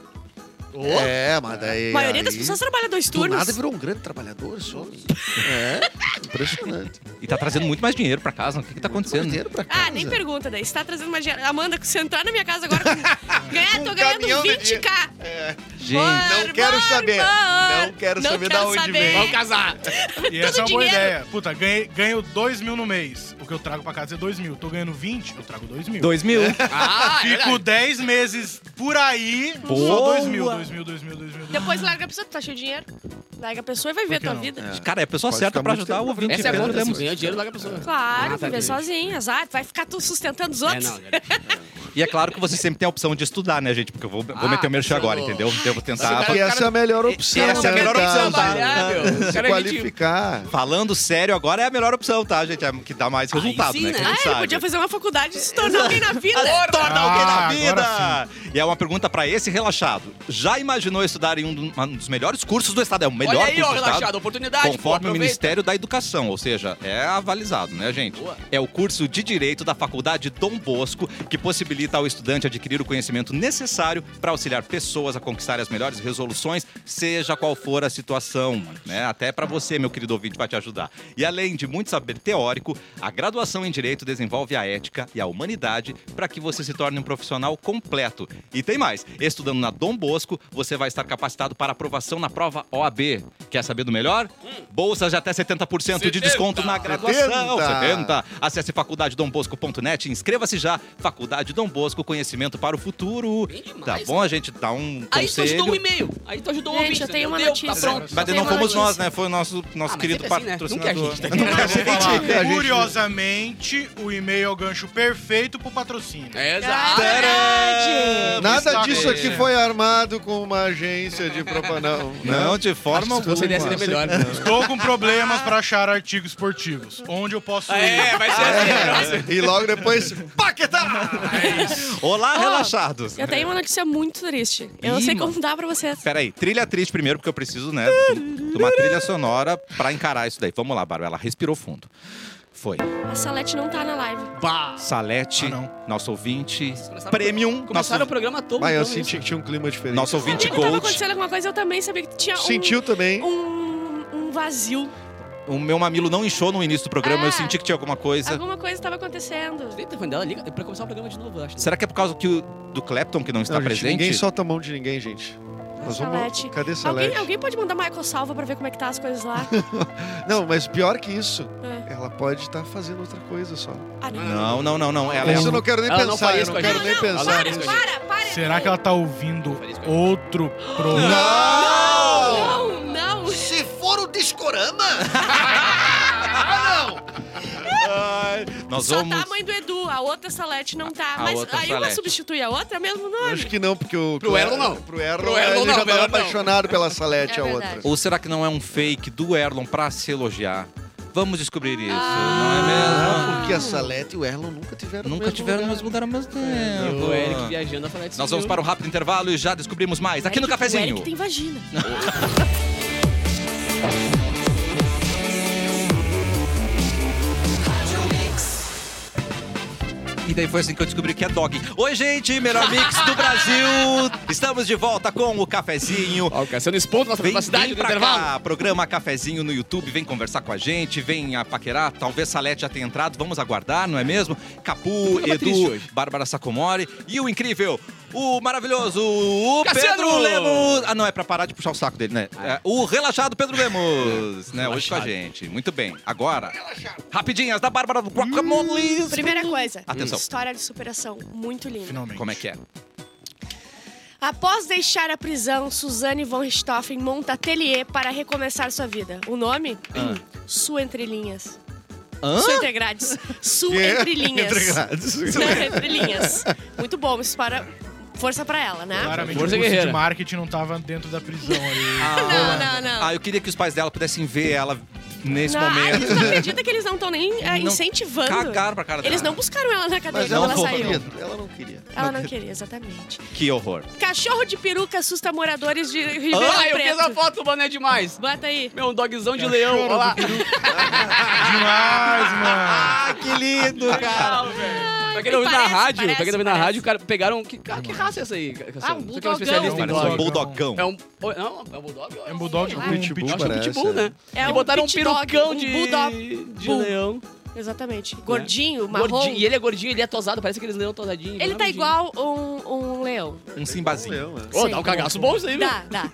Speaker 6: É, mas daí.
Speaker 3: A maioria
Speaker 6: aí,
Speaker 3: das pessoas trabalha dois
Speaker 6: do
Speaker 3: turnos.
Speaker 6: nada virou um grande trabalhador, esse homem. É, impressionante.
Speaker 1: E tá trazendo muito mais dinheiro pra casa. O que, que tá acontecendo?
Speaker 6: Dinheiro pra
Speaker 3: Ah,
Speaker 6: casa.
Speaker 3: nem pergunta daí. Você tá trazendo uma gera- Amanda, se eu entrar na minha casa agora, com- ganhar, tô
Speaker 4: Um
Speaker 3: ganhando
Speaker 4: caminhão de
Speaker 3: 20k.
Speaker 1: Gente.
Speaker 4: Não quero saber. Não quero
Speaker 3: Não
Speaker 4: saber
Speaker 3: quero
Speaker 4: da onde
Speaker 3: saber.
Speaker 4: vem.
Speaker 5: é?
Speaker 2: Vamos casar.
Speaker 5: E essa é uma
Speaker 3: Todo
Speaker 5: boa
Speaker 3: dinheiro.
Speaker 5: ideia. Puta, ganhei, ganho 2 mil no mês. O que eu trago pra casa é 2 mil. Tô ganhando 20, eu trago 2 mil.
Speaker 1: 2 mil.
Speaker 2: Ah, é
Speaker 5: Fico
Speaker 2: verdade.
Speaker 5: 10 meses por aí. Só
Speaker 1: Boa.
Speaker 5: 2 mil, 2 mil, 2 mil, 2 mil.
Speaker 3: Depois larga a pessoa, tu tá cheio de dinheiro. Larga a pessoa e vai ver a
Speaker 5: que
Speaker 3: tua
Speaker 5: não?
Speaker 3: vida.
Speaker 1: Cara, é a pessoa
Speaker 6: Pode
Speaker 1: certa
Speaker 6: ficar
Speaker 1: pra
Speaker 6: muito
Speaker 1: ajudar o
Speaker 6: tempo
Speaker 1: ouvinte.
Speaker 2: Essa é a
Speaker 1: Pedro
Speaker 2: conta, se
Speaker 1: Lemos.
Speaker 2: ganhar dinheiro, larga a pessoa.
Speaker 3: Claro,
Speaker 2: tá
Speaker 3: viver
Speaker 2: bem.
Speaker 3: sozinho, azar. Vai ficar tu sustentando os
Speaker 2: É,
Speaker 3: outros.
Speaker 2: não, galera.
Speaker 1: E é claro que você sempre tem a opção de estudar, né, gente? Porque eu vou, vou
Speaker 2: Ah,
Speaker 1: meter o merchan
Speaker 2: tá
Speaker 1: agora,
Speaker 2: bom.
Speaker 1: entendeu? Eu vou tentar.
Speaker 6: Que essa é a melhor opção.
Speaker 1: Essa é a
Speaker 6: né,
Speaker 1: melhor
Speaker 6: cara?
Speaker 1: opção, tá?
Speaker 2: Trabalhar,
Speaker 6: Se
Speaker 2: meu. O cara é metido.
Speaker 6: qualificar.
Speaker 1: Falando sério, agora é a melhor opção, tá, gente? É que dá mais
Speaker 2: Aí
Speaker 1: resultado,
Speaker 2: sim,
Speaker 1: né? Que a
Speaker 2: né?
Speaker 1: gente
Speaker 3: Ah, ele
Speaker 1: sabe.
Speaker 3: podia fazer uma faculdade e se tornar alguém na vida.
Speaker 1: Torna alguém na
Speaker 5: Ah, agora
Speaker 1: vida! E é uma pergunta pra esse relaxado. Já imaginou estudar em um, do- um dos melhores cursos do Estado? É o melhor
Speaker 2: Olha aí,
Speaker 1: curso
Speaker 2: ó,
Speaker 1: do Estado,
Speaker 2: relaxado. Oportunidade, pô,
Speaker 1: Conforme o
Speaker 2: aproveita.
Speaker 1: Ministério da Educação, ou seja, é avalizado, né, gente?
Speaker 2: Boa.
Speaker 1: É o curso de Direito da Faculdade Dom Bosco, que possibilita ao estudante adquirir o conhecimento necessário para auxiliar pessoas a conquistar as melhores resoluções, seja qual for a situação, né? Até para você, meu querido ouvinte, vai te ajudar. E além de muito saber teórico, a graduação em Direito desenvolve a ética e a humanidade para que você se torne um profissional completo. E tem mais, estudando na Dom Bosco, você vai estar capacitado para aprovação na prova OAB. Quer saber do melhor? Bolsas de até 70% de
Speaker 2: 70.
Speaker 1: desconto na graduação.
Speaker 6: 70.
Speaker 1: 70. Acesse faculdadedombosco.net, inscreva-se já. Faculdade Dom Bosco, conhecimento para o futuro.
Speaker 2: Bem demais,
Speaker 1: Tá bom, a gente dá um
Speaker 2: Aí tu
Speaker 1: conselho.
Speaker 2: ajudou um e-mail. Aí tu ajudou um
Speaker 3: Gente,
Speaker 2: ouvinte.
Speaker 3: eu tenho uma
Speaker 2: entendeu? Tá
Speaker 3: notícia.
Speaker 2: pronto.
Speaker 1: Mas
Speaker 3: Tem
Speaker 1: não
Speaker 3: uma
Speaker 1: fomos nós,
Speaker 3: notícia.
Speaker 1: né? Foi o nosso, nosso
Speaker 2: Ah, mas
Speaker 1: querido
Speaker 2: sempre assim, né? Nunca a
Speaker 1: patrocinador.
Speaker 2: gente, né?
Speaker 1: Nunca a
Speaker 5: Eu vou falar.
Speaker 1: gente.
Speaker 6: A gente-
Speaker 5: Curiosamente, o e-mail é o gancho perfeito pro patrocínio.
Speaker 2: É,
Speaker 3: Ah,
Speaker 2: Exato.
Speaker 3: verdade.
Speaker 5: Está
Speaker 6: Nada disso aqui
Speaker 5: acontecendo.
Speaker 6: foi armado com uma agência de propaganda.
Speaker 1: Não, de forma
Speaker 2: Se você
Speaker 1: alguma.
Speaker 2: desse, seria melhor.
Speaker 5: Estou com problemas pra achar artigos esportivos. Onde eu posso
Speaker 2: É,
Speaker 5: ir?
Speaker 2: vai ser assim. né?
Speaker 6: É, E logo depois,
Speaker 1: Olá,
Speaker 3: Ó,
Speaker 1: relaxados.
Speaker 3: Eu tenho uma notícia muito triste. Eu não
Speaker 1: Ih,
Speaker 3: sei
Speaker 1: mano.
Speaker 3: como dá pra vocês.
Speaker 1: Peraí, trilha triste primeiro, porque eu preciso, né, de uma trilha sonora pra encarar isso daí. Vamos lá, Bárbara. Ela respirou fundo. Foi.
Speaker 3: A Salete não tá na live.
Speaker 2: Bah.
Speaker 1: Salete,
Speaker 5: Ah, não.
Speaker 1: nosso ouvinte,
Speaker 2: Começaram-
Speaker 1: premium, nosso,
Speaker 2: Começaram o programa todo.
Speaker 6: mas eu
Speaker 2: então, isso.
Speaker 6: senti que tinha um clima diferente.
Speaker 1: nosso ouvinte
Speaker 3: Sabia que tava
Speaker 1: gold.
Speaker 3: acontecendo alguma coisa, eu também sabia que tinha um-
Speaker 6: Sentiu também.
Speaker 3: um, um vazio.
Speaker 1: O meu mamilo não inchou no início do programa,
Speaker 3: Ah.
Speaker 1: eu senti que tinha alguma coisa.
Speaker 3: Alguma coisa estava acontecendo.
Speaker 2: Tem telefone dela, liga É pra começar o programa de novo, eu acho. né?
Speaker 1: Será que é por causa que o- do Clapton que não está
Speaker 6: Não, gente,
Speaker 1: presente?
Speaker 6: Ninguém solta a mão de ninguém, gente. Nós
Speaker 3: Salete.
Speaker 6: vamos... Cadê Salete?
Speaker 3: Alguém, alguém pode mandar Michael Salva pra ver como é que tá as coisas lá?
Speaker 6: Não, mas pior que isso,
Speaker 3: É.
Speaker 6: ela pode estar fazendo outra coisa só.
Speaker 3: Ah,
Speaker 1: Não, não, não, não. Ela é
Speaker 6: isso
Speaker 1: a-
Speaker 6: eu não quero nem
Speaker 2: Ela não
Speaker 6: pensar,
Speaker 2: faria
Speaker 6: eu
Speaker 2: isso
Speaker 6: não
Speaker 2: com a
Speaker 6: quero
Speaker 2: gente.
Speaker 6: nem
Speaker 3: não,
Speaker 6: pensar.
Speaker 3: para,
Speaker 2: isso, gente.
Speaker 3: para, para.
Speaker 5: Será que ela tá ouvindo
Speaker 2: Falei isso com ele.
Speaker 5: outro programa?
Speaker 6: Não!
Speaker 3: Não, não.
Speaker 6: Se for o discorama! ah, não!
Speaker 1: Ai, Nós
Speaker 3: Só
Speaker 1: vamos.
Speaker 3: tá a mãe do Edu, a outra Salete não tá.
Speaker 1: A
Speaker 3: Mas
Speaker 1: outra
Speaker 3: aí uma
Speaker 1: Salete.
Speaker 3: substitui a outra mesmo
Speaker 6: Eu
Speaker 3: nome?
Speaker 6: acho que não, porque o...
Speaker 2: Pro Erlon, não.
Speaker 6: Pro Erlon,
Speaker 2: Pro Erlon,
Speaker 6: ele
Speaker 2: não,
Speaker 6: já
Speaker 2: melhor
Speaker 6: tava
Speaker 2: não.
Speaker 6: apaixonado pela Salete,
Speaker 3: É
Speaker 6: a
Speaker 3: verdade.
Speaker 6: outra.
Speaker 1: Ou será que não é um fake do Erlon pra se elogiar? Vamos descobrir isso, não é mesmo?
Speaker 6: Ah, porque a Salete e o Erlon nunca tiveram no
Speaker 1: Nunca
Speaker 6: mesmo
Speaker 1: tiveram no
Speaker 6: lugar.
Speaker 1: mesmo lugar ao mesmo
Speaker 3: É,
Speaker 1: tempo.
Speaker 2: O Eric viajando a falar disso.
Speaker 1: Nós vamos para um rápido intervalo e já descobrimos mais tá aqui no
Speaker 3: Eric- O
Speaker 1: cafezinho.
Speaker 3: Eric tem vagina.
Speaker 1: E daí foi assim que eu descobri que é dog. Oi, gente, melhor mix do Brasil. Estamos de volta com o cafezinho.
Speaker 2: Ó, o Cassiano expondo nossa
Speaker 1: Vem,
Speaker 2: capacidade
Speaker 1: vem
Speaker 2: no
Speaker 1: pra
Speaker 2: intervalo.
Speaker 1: cá, programa Cafezinho no YouTube, vem conversar com a gente, vem a paquerar, talvez Salete já tenha entrado, vamos aguardar, não é mesmo? Capu,
Speaker 2: Programa triste
Speaker 1: Edu,
Speaker 2: hoje.
Speaker 1: Bárbara Sacomori e o incrível, o maravilhoso, o
Speaker 2: Cassiano!
Speaker 1: Pedro Lemos. Ah, não, é pra parar de puxar o saco dele, né? É, o relaxado Pedro Lemos, né, hoje com a
Speaker 2: Relaxado.
Speaker 1: gente. Muito bem, agora, rapidinhas da Bárbara do Guacamole.
Speaker 3: Primeira coisa.
Speaker 1: Atenção.
Speaker 3: História de superação. Muito linda.
Speaker 5: Finalmente.
Speaker 1: Como é que é?
Speaker 3: Após deixar a prisão, Suzanne von Richthofen monta ateliê para recomeçar sua vida. O nome?
Speaker 1: Ah.
Speaker 3: Su Entre Linhas.
Speaker 1: Hã?
Speaker 3: Su Entre Grades. Su
Speaker 6: É,
Speaker 3: Entre Linhas.
Speaker 6: entre grades.
Speaker 3: Su Entre Linhas. Muito bom, isso para... Força para ela, né?
Speaker 5: Claramente,
Speaker 2: Força
Speaker 5: o curso
Speaker 2: guerreira.
Speaker 5: de marketing não tava dentro da prisão ali.
Speaker 3: Não, não, não.
Speaker 1: Ah, eu queria que os pais dela pudessem ver ela nesse
Speaker 3: Não, ai,
Speaker 1: Ah, momento.
Speaker 3: tu não acredita que eles não estão nem
Speaker 1: Não
Speaker 3: é, incentivando?
Speaker 1: Cagaram pra cara dela.
Speaker 3: Eles não buscaram ela na cadeia
Speaker 6: Mas
Speaker 3: quando
Speaker 6: ela
Speaker 3: ela
Speaker 6: não
Speaker 3: saiu.
Speaker 6: queria. Ela não queria.
Speaker 2: Tá
Speaker 3: Ela não queria, exatamente.
Speaker 1: Que horror.
Speaker 3: Cachorro de peruca assusta moradores de Ribeirão
Speaker 2: Ah, eu
Speaker 3: Preto.
Speaker 2: fiz a foto, mano, é demais.
Speaker 3: Bota aí.
Speaker 2: Meu, um dogzão de leão, olha lá.
Speaker 5: Demais, mano.
Speaker 6: Ah, que lindo, cara.
Speaker 2: Legal, velho. Pra quem não ouviu na
Speaker 3: Parece,
Speaker 2: rádio, pra quem não
Speaker 3: parece,
Speaker 2: ouviu na
Speaker 3: parece.
Speaker 2: rádio, cara, pegaram... Que, cara, que raça é essa aí, Cassiano?
Speaker 3: Ah, um
Speaker 2: Você que é um
Speaker 3: bulldogão.
Speaker 2: especialista em
Speaker 5: Parece
Speaker 1: Um
Speaker 2: dog.
Speaker 1: bulldogão.
Speaker 2: É um... oi, Não, é um bulldog?
Speaker 5: É um bulldog
Speaker 3: Sei
Speaker 5: com
Speaker 3: lá.
Speaker 5: um
Speaker 2: Eu
Speaker 5: pitbull.
Speaker 2: acho que é um
Speaker 6: parece,
Speaker 2: pitbull,
Speaker 6: é.
Speaker 2: né?
Speaker 3: É
Speaker 2: e botaram um
Speaker 3: pit dog,
Speaker 2: perucão
Speaker 3: um
Speaker 2: de,
Speaker 3: bulldog.
Speaker 2: de
Speaker 3: Bull.
Speaker 2: leão.
Speaker 3: Exatamente. Gordinho, marrom.
Speaker 2: Gordinho, e ele é gordinho, ele é tosado, parece aqueles leão tosadinhos.
Speaker 3: Ele tá
Speaker 2: maravilhinho.
Speaker 3: igual um, um leão.
Speaker 1: Um simbazinho.
Speaker 6: Não, é.
Speaker 2: Ô, dá um cagaço bom isso aí, meu.
Speaker 3: Dá, dá.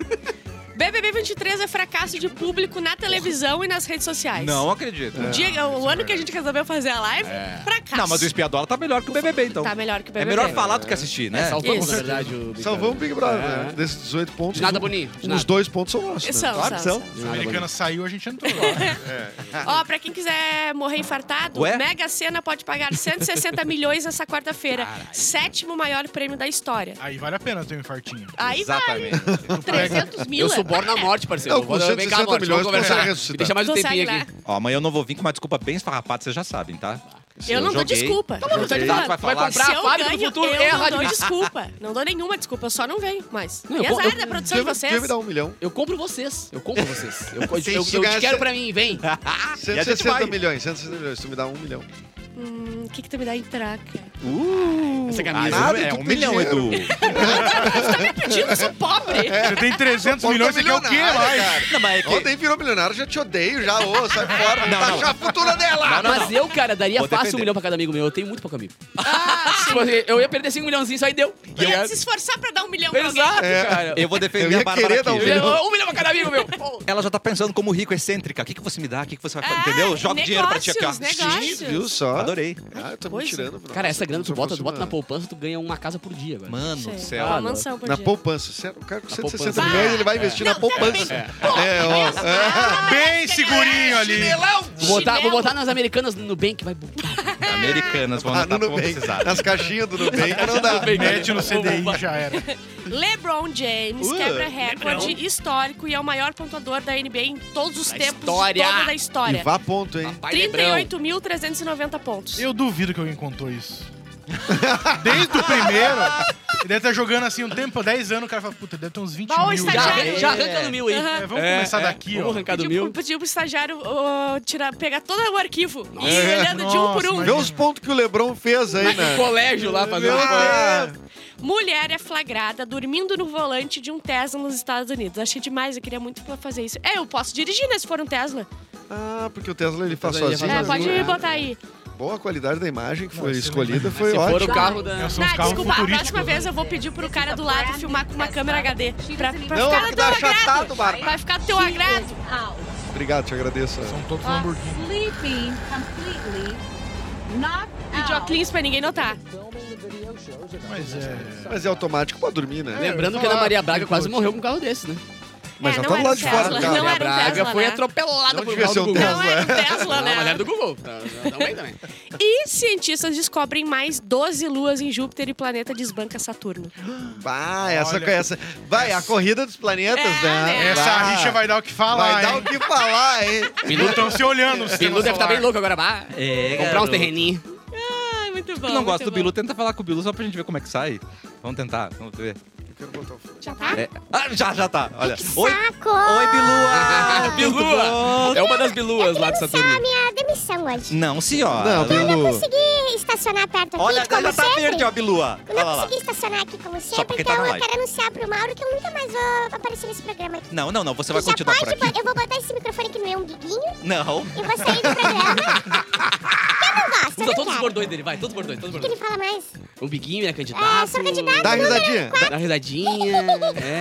Speaker 3: BBB 23 é fracasso de público na televisão e nas redes sociais.
Speaker 1: Não acredito.
Speaker 3: O, dia- o ano que a gente resolveu fazer a live, fracasso.
Speaker 1: Não, mas o Espiadola tá melhor que o BBB, então.
Speaker 3: Tá melhor que
Speaker 1: É
Speaker 3: o BBB.
Speaker 1: melhor falar do que assistir, né?
Speaker 2: É, salvamos,
Speaker 3: Isso.
Speaker 2: na verdade, o Big
Speaker 4: Salvamos o Big Brother,
Speaker 2: É.
Speaker 4: né? Desses 18 pontos.
Speaker 2: De nada
Speaker 4: um-
Speaker 2: bonito, de
Speaker 4: Uns
Speaker 2: nada.
Speaker 4: dois pontos são nossos. né?
Speaker 3: São,
Speaker 4: Claro que
Speaker 3: são,
Speaker 4: são.
Speaker 5: A americana saiu, a gente entrou.
Speaker 3: Ó, pra quem quiser morrer infartado,
Speaker 1: Ué?
Speaker 3: Mega Sena pode pagar 160 milhões essa quarta-feira. Sétimo maior prêmio da história.
Speaker 5: Aí vale a pena ter um infartinho.
Speaker 3: Aí
Speaker 1: Exatamente.
Speaker 3: 300 mil.
Speaker 2: Eu suborno a morte, parceiro.
Speaker 4: Não, com
Speaker 2: Vou- vem cá,
Speaker 4: 160
Speaker 2: morte, vamos
Speaker 4: milhões,
Speaker 2: conversar.
Speaker 4: consegue
Speaker 2: Me deixa mais um
Speaker 3: Consegue né?
Speaker 2: tempinho
Speaker 3: lá.
Speaker 2: aqui.
Speaker 1: Ó, amanhã eu não vou vir com uma desculpa bem esfarrapada, vocês já sabem, tá? Se
Speaker 3: Eu não dou
Speaker 1: joguei-
Speaker 3: desculpa.
Speaker 1: Tá bom, você
Speaker 3: Joguei.
Speaker 1: tá- vai
Speaker 2: Vai
Speaker 1: falar.
Speaker 2: comprar
Speaker 3: Se
Speaker 2: a
Speaker 3: eu
Speaker 2: fábrica do
Speaker 3: ganho,
Speaker 2: futuro, é
Speaker 3: eu
Speaker 2: erra
Speaker 3: não dou
Speaker 2: de
Speaker 3: desculpa. Não dou nenhuma desculpa, eu só não venho mais.
Speaker 2: Não, eu
Speaker 3: E
Speaker 2: co-
Speaker 3: azar
Speaker 2: eu-
Speaker 3: da produção de
Speaker 4: Devia-
Speaker 3: vocês.
Speaker 4: devia me dar um milhão.
Speaker 2: Eu compro vocês. Eu compro vocês. Eu, eu,
Speaker 4: Se
Speaker 2: eu- eu te
Speaker 4: chegasse-
Speaker 2: quero pra mim, vem.
Speaker 3: Ah.
Speaker 1: E a gente
Speaker 4: 160
Speaker 1: vai.
Speaker 4: milhões, 160 milhões. Tu me dá um milhão.
Speaker 3: Hum, O que que tu me dá em traca?
Speaker 1: Uh,
Speaker 2: Essa
Speaker 1: ah,
Speaker 2: camisa.
Speaker 1: nada,
Speaker 4: tu
Speaker 1: é um
Speaker 4: tem
Speaker 1: milhão, Edu.
Speaker 4: dinheiro.
Speaker 3: Pedindo, eu sou pobre.
Speaker 5: Você tem 300 milhões, você quer o quê,
Speaker 4: milionário,
Speaker 5: lá?
Speaker 4: cara?
Speaker 1: Não, mas é que...
Speaker 4: Ontem virou milionário, já te odeio, já, ô, sai fora.
Speaker 1: Não,
Speaker 4: taxa
Speaker 1: não.
Speaker 4: a futura dela!
Speaker 2: Mas eu, cara, daria
Speaker 1: Vou
Speaker 2: fácil um
Speaker 1: defender.
Speaker 2: milhão pra cada amigo meu. Eu tenho muito pouco amigo.
Speaker 3: Ah,
Speaker 2: Tipo assim, eu ia perder 5 milhãozinhos, aí deu. Tá
Speaker 3: Ia
Speaker 2: ligado?
Speaker 3: se esforçar pra dar um milhão pra alguém.
Speaker 2: Exato, cara.
Speaker 1: Eu vou defender
Speaker 4: Eu ia
Speaker 1: a Bárbara
Speaker 4: querer dar um
Speaker 1: Kiss.
Speaker 2: Eu ia- Um milhão pra cada amigo meu. Pô.
Speaker 1: Ela já tá pensando como rico, excêntrica. O que, que você me dá? O que, que você vai fazer?
Speaker 3: Ah,
Speaker 1: Entendeu? Joga o dinheiro pra ti aqui, ó.
Speaker 3: negócios, negócios.
Speaker 1: Sim.
Speaker 4: Viu só?
Speaker 1: Adorei.
Speaker 4: Ah, eu tô me
Speaker 3: Pois é.
Speaker 4: tirando. nossa,
Speaker 2: Cara, essa grana tu
Speaker 4: como se
Speaker 2: bota,
Speaker 4: fosse
Speaker 2: tu bota
Speaker 4: uma-
Speaker 2: na poupança, tu ganha uma casa por dia, velho.
Speaker 1: Mano do
Speaker 3: Sei.
Speaker 1: céu.
Speaker 3: Uma mansão por
Speaker 4: Na
Speaker 3: dia.
Speaker 4: poupança. Sério, o cara com
Speaker 2: Na
Speaker 4: 160
Speaker 2: poupança.
Speaker 4: milhões, ele vai investir
Speaker 3: tá
Speaker 4: na poupança. É, ó. é.
Speaker 5: Bem
Speaker 3: né?
Speaker 5: segurinho ali.
Speaker 2: Vou botar, vou
Speaker 3: Chinelo.
Speaker 2: botar nas americanas no Nubank, vai botar.
Speaker 1: Americanas vão
Speaker 4: Ah,
Speaker 1: anotar
Speaker 4: no
Speaker 1: pra
Speaker 4: Nubank.
Speaker 1: precisar.
Speaker 4: Nas caixinhas do Nubank não dá.
Speaker 5: Mete no CDI, já era.
Speaker 3: LeBron James
Speaker 1: Uh,
Speaker 3: quebra recorde histórico e é o maior pontuador da NBA em todos os
Speaker 2: Da
Speaker 3: tempos
Speaker 2: história.
Speaker 3: de toda da
Speaker 4: E
Speaker 3: história.
Speaker 4: vá ponto, hein?
Speaker 2: Papai Lebrão.
Speaker 3: 38.390 pontos.
Speaker 5: Eu duvido que alguém contou isso. Desde o primeiro, ele deve estar jogando assim um tempo, 10 anos, o cara fala, puta, deve ter uns 20
Speaker 3: Bom, tá
Speaker 5: mil.
Speaker 2: Já,
Speaker 3: estagiário.
Speaker 2: arranca- já arranca no mil aí.
Speaker 3: Aham.
Speaker 5: É, vamos começar daqui,
Speaker 2: Vamos
Speaker 5: ó.
Speaker 2: arrancar do
Speaker 3: Pediu,
Speaker 2: mil.
Speaker 3: pediu pro estagiário ó, tirar, pegar todo o arquivo e ir
Speaker 5: É.
Speaker 3: olhando de um por
Speaker 5: Nossa,
Speaker 3: um.
Speaker 5: mas-
Speaker 4: Vê os pontos que o Lebron fez
Speaker 2: No
Speaker 4: aí, né?
Speaker 2: colégio lá fazendo.
Speaker 4: Meu
Speaker 2: Ah,
Speaker 3: Mulher é flagrada dormindo no volante de um Tesla nos Estados Unidos. Achei demais, eu queria muito fazer isso. É, eu posso dirigir, né, se for um Tesla.
Speaker 4: Ah, porque o Tesla ele faz
Speaker 2: Mas ele
Speaker 4: sozinho. né?
Speaker 2: faz
Speaker 3: É,
Speaker 2: sozinho.
Speaker 3: pode botar aí.
Speaker 4: Boa qualidade da imagem que
Speaker 5: Não,
Speaker 4: foi
Speaker 5: isso é
Speaker 4: escolhida,
Speaker 2: Se
Speaker 4: foi
Speaker 2: for o
Speaker 4: ótimo.
Speaker 2: carro da.
Speaker 5: São os
Speaker 3: Tá,
Speaker 5: carros
Speaker 3: desculpa, a
Speaker 5: futurísticos. né?
Speaker 3: próxima vez eu vou pedir pro cara do lado filmar com uma câmera HD. Pra, pra
Speaker 4: Não,
Speaker 3: ficar
Speaker 4: tem
Speaker 3: do
Speaker 4: que
Speaker 3: teu
Speaker 4: dar
Speaker 3: agrado.
Speaker 4: achatado, Bárbara.
Speaker 3: Vai ficar do teu agrado.
Speaker 4: Obrigado, te agradeço.
Speaker 5: São todos
Speaker 3: Ah.
Speaker 5: Lamborghini.
Speaker 7: Sleeping completely, knocked out.
Speaker 3: Idioclins pra ninguém notar.
Speaker 5: Mas é.
Speaker 4: Mas é automático, pode dormir, né?
Speaker 2: Lembrando que a Ana Maria Braga quase morreu com um carro desse, né?
Speaker 4: Mas
Speaker 3: É,
Speaker 4: já
Speaker 3: não
Speaker 4: tá
Speaker 3: era
Speaker 4: do lado
Speaker 3: um
Speaker 4: de fora
Speaker 3: Tesla,
Speaker 4: do
Speaker 3: não
Speaker 2: a
Speaker 4: carro.
Speaker 3: era um
Speaker 2: Braga
Speaker 3: Tesla,
Speaker 2: foi
Speaker 3: né?
Speaker 2: atropelada
Speaker 4: Não
Speaker 2: por um
Speaker 4: devia
Speaker 2: carro
Speaker 4: ser
Speaker 2: do
Speaker 4: um
Speaker 2: Google.
Speaker 3: Não
Speaker 4: Tesla.
Speaker 3: era um Tesla,
Speaker 2: Não, mas
Speaker 3: né?
Speaker 2: era do Google. Tá, tá bem também.
Speaker 3: E cientistas descobrem mais 12 luas em Júpiter e planeta desbanca Saturno.
Speaker 4: Vai, essa
Speaker 5: Olha.
Speaker 4: conhece. Vai, a corrida dos planetas,
Speaker 3: É,
Speaker 4: né?
Speaker 3: né?
Speaker 5: Essa
Speaker 4: vai.
Speaker 5: rixa vai dar o que falar,
Speaker 4: Vai dar o
Speaker 5: hein?
Speaker 4: que falar, hein?
Speaker 2: Bilu,
Speaker 5: Estão se olhando. o sistema
Speaker 2: Bilu deve estar
Speaker 5: solar.
Speaker 2: bem louco agora, vá.
Speaker 1: É,
Speaker 2: Comprar uns terreninhos.
Speaker 3: Ai, muito bom.
Speaker 1: não gosta do Bilu, tenta falar com o Bilu só pra gente ver como é que sai. Vamos tentar, vamos ver.
Speaker 3: Já tá?
Speaker 1: É. Ah, já, já tá. Olha. Oi, Oi Bilua!
Speaker 2: Bilua! É uma das Biluas lá de
Speaker 8: Só a
Speaker 2: Saturno.
Speaker 8: minha demissão hoje.
Speaker 1: Não, senhora.
Speaker 4: Não,
Speaker 8: Eu não
Speaker 4: Bilu.
Speaker 8: consegui estacionar perto aqui,
Speaker 1: Olha,
Speaker 8: como
Speaker 1: já tá
Speaker 8: sempre.
Speaker 1: verde, ó, Bilua.
Speaker 8: Eu
Speaker 1: Olha
Speaker 8: não
Speaker 1: lá.
Speaker 8: consegui estacionar aqui como
Speaker 1: porque
Speaker 8: sempre,
Speaker 1: tá
Speaker 8: então
Speaker 1: na
Speaker 8: eu
Speaker 1: live.
Speaker 8: quero anunciar pro Mauro que eu nunca mais vou aparecer nesse programa aqui.
Speaker 1: Não, não, não. Você vai
Speaker 8: já
Speaker 1: continuar por
Speaker 8: pode,
Speaker 1: aqui.
Speaker 8: bo- eu vou botar esse microfone que não é um biguinho
Speaker 1: Não.
Speaker 8: e vou sair do programa. eu não gosto, eu
Speaker 2: Usa
Speaker 8: não
Speaker 2: todos os
Speaker 8: quero.
Speaker 2: bordões dele, vai. Todos os bordões, todos os
Speaker 8: O que ele
Speaker 2: bordões.
Speaker 8: fala mais?
Speaker 2: O Biguinho é candidato.
Speaker 8: É, sou candidato.
Speaker 4: Dá risadinha.
Speaker 2: Dá risadinha. É.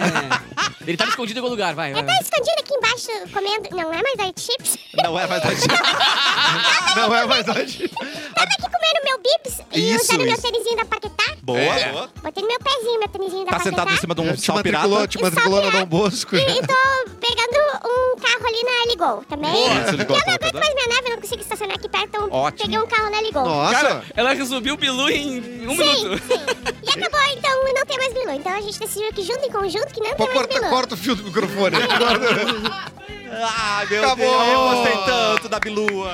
Speaker 2: Ele tava escondido em algum lugar, vai. vai,
Speaker 8: Eu tô
Speaker 1: É.
Speaker 2: vai.
Speaker 8: escondido aqui embaixo comendo. Não é mais Diet Chips?
Speaker 1: Não é verdade.
Speaker 4: Não é mais hoje.
Speaker 8: Tava aqui comendo meu bibs e
Speaker 4: Isso,
Speaker 8: usando meu
Speaker 4: isso.
Speaker 8: tênisinho da Paquetá.
Speaker 1: Boa,
Speaker 2: É.
Speaker 1: boa.
Speaker 8: Botei no meu pezinho meu tênisinho da
Speaker 1: Tá
Speaker 8: Paquetá.
Speaker 1: sentado em cima de um
Speaker 4: Te
Speaker 1: sal
Speaker 4: matriculou,
Speaker 1: pirata.
Speaker 4: te matriculou na Dom Bosco. né?
Speaker 8: E,
Speaker 3: Então.
Speaker 8: e tô pegando um carro ali na Ligol também.
Speaker 1: Isso, Ligol,
Speaker 8: eu
Speaker 1: tá
Speaker 8: não aguento
Speaker 4: né?
Speaker 1: bom.
Speaker 8: mais minha nave, eu não consigo estacionar aqui perto, então
Speaker 1: Ótimo.
Speaker 8: peguei um carro na Ligol.
Speaker 4: Nossa.
Speaker 2: Ela resumiu o Bilu em um
Speaker 8: Sim,
Speaker 2: minuto.
Speaker 8: sim. E acabou, então não tem mais Bilu. Então a gente decidiu que junto em conjunto que não
Speaker 4: Pô,
Speaker 8: tem mais
Speaker 4: corta,
Speaker 8: Bilu.
Speaker 4: corta o fio do microfone.
Speaker 1: Ah, meu
Speaker 4: Acabou.
Speaker 1: Deus, eu gostei tanto da Bilua.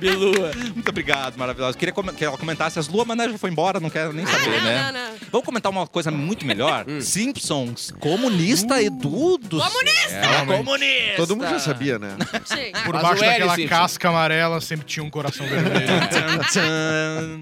Speaker 2: Bilua.
Speaker 1: Muito obrigado, maravilhosa. Queria come- que ela comentasse as luas, mas né, já foi embora, não quero
Speaker 8: Ah,
Speaker 1: nem saber,
Speaker 3: não,
Speaker 1: né?
Speaker 3: Ah, não, não.
Speaker 1: Vamos comentar uma coisa muito melhor? Simpsons. Comunista Edu do Comunista! comunista!
Speaker 4: Todo mundo já sabia, né?
Speaker 3: Sim.
Speaker 5: Por
Speaker 2: Mas
Speaker 5: baixo
Speaker 2: o L,
Speaker 5: daquela
Speaker 2: Simpson.
Speaker 5: casca amarela sempre tinha um coração vermelho.
Speaker 1: Tchan, tchan.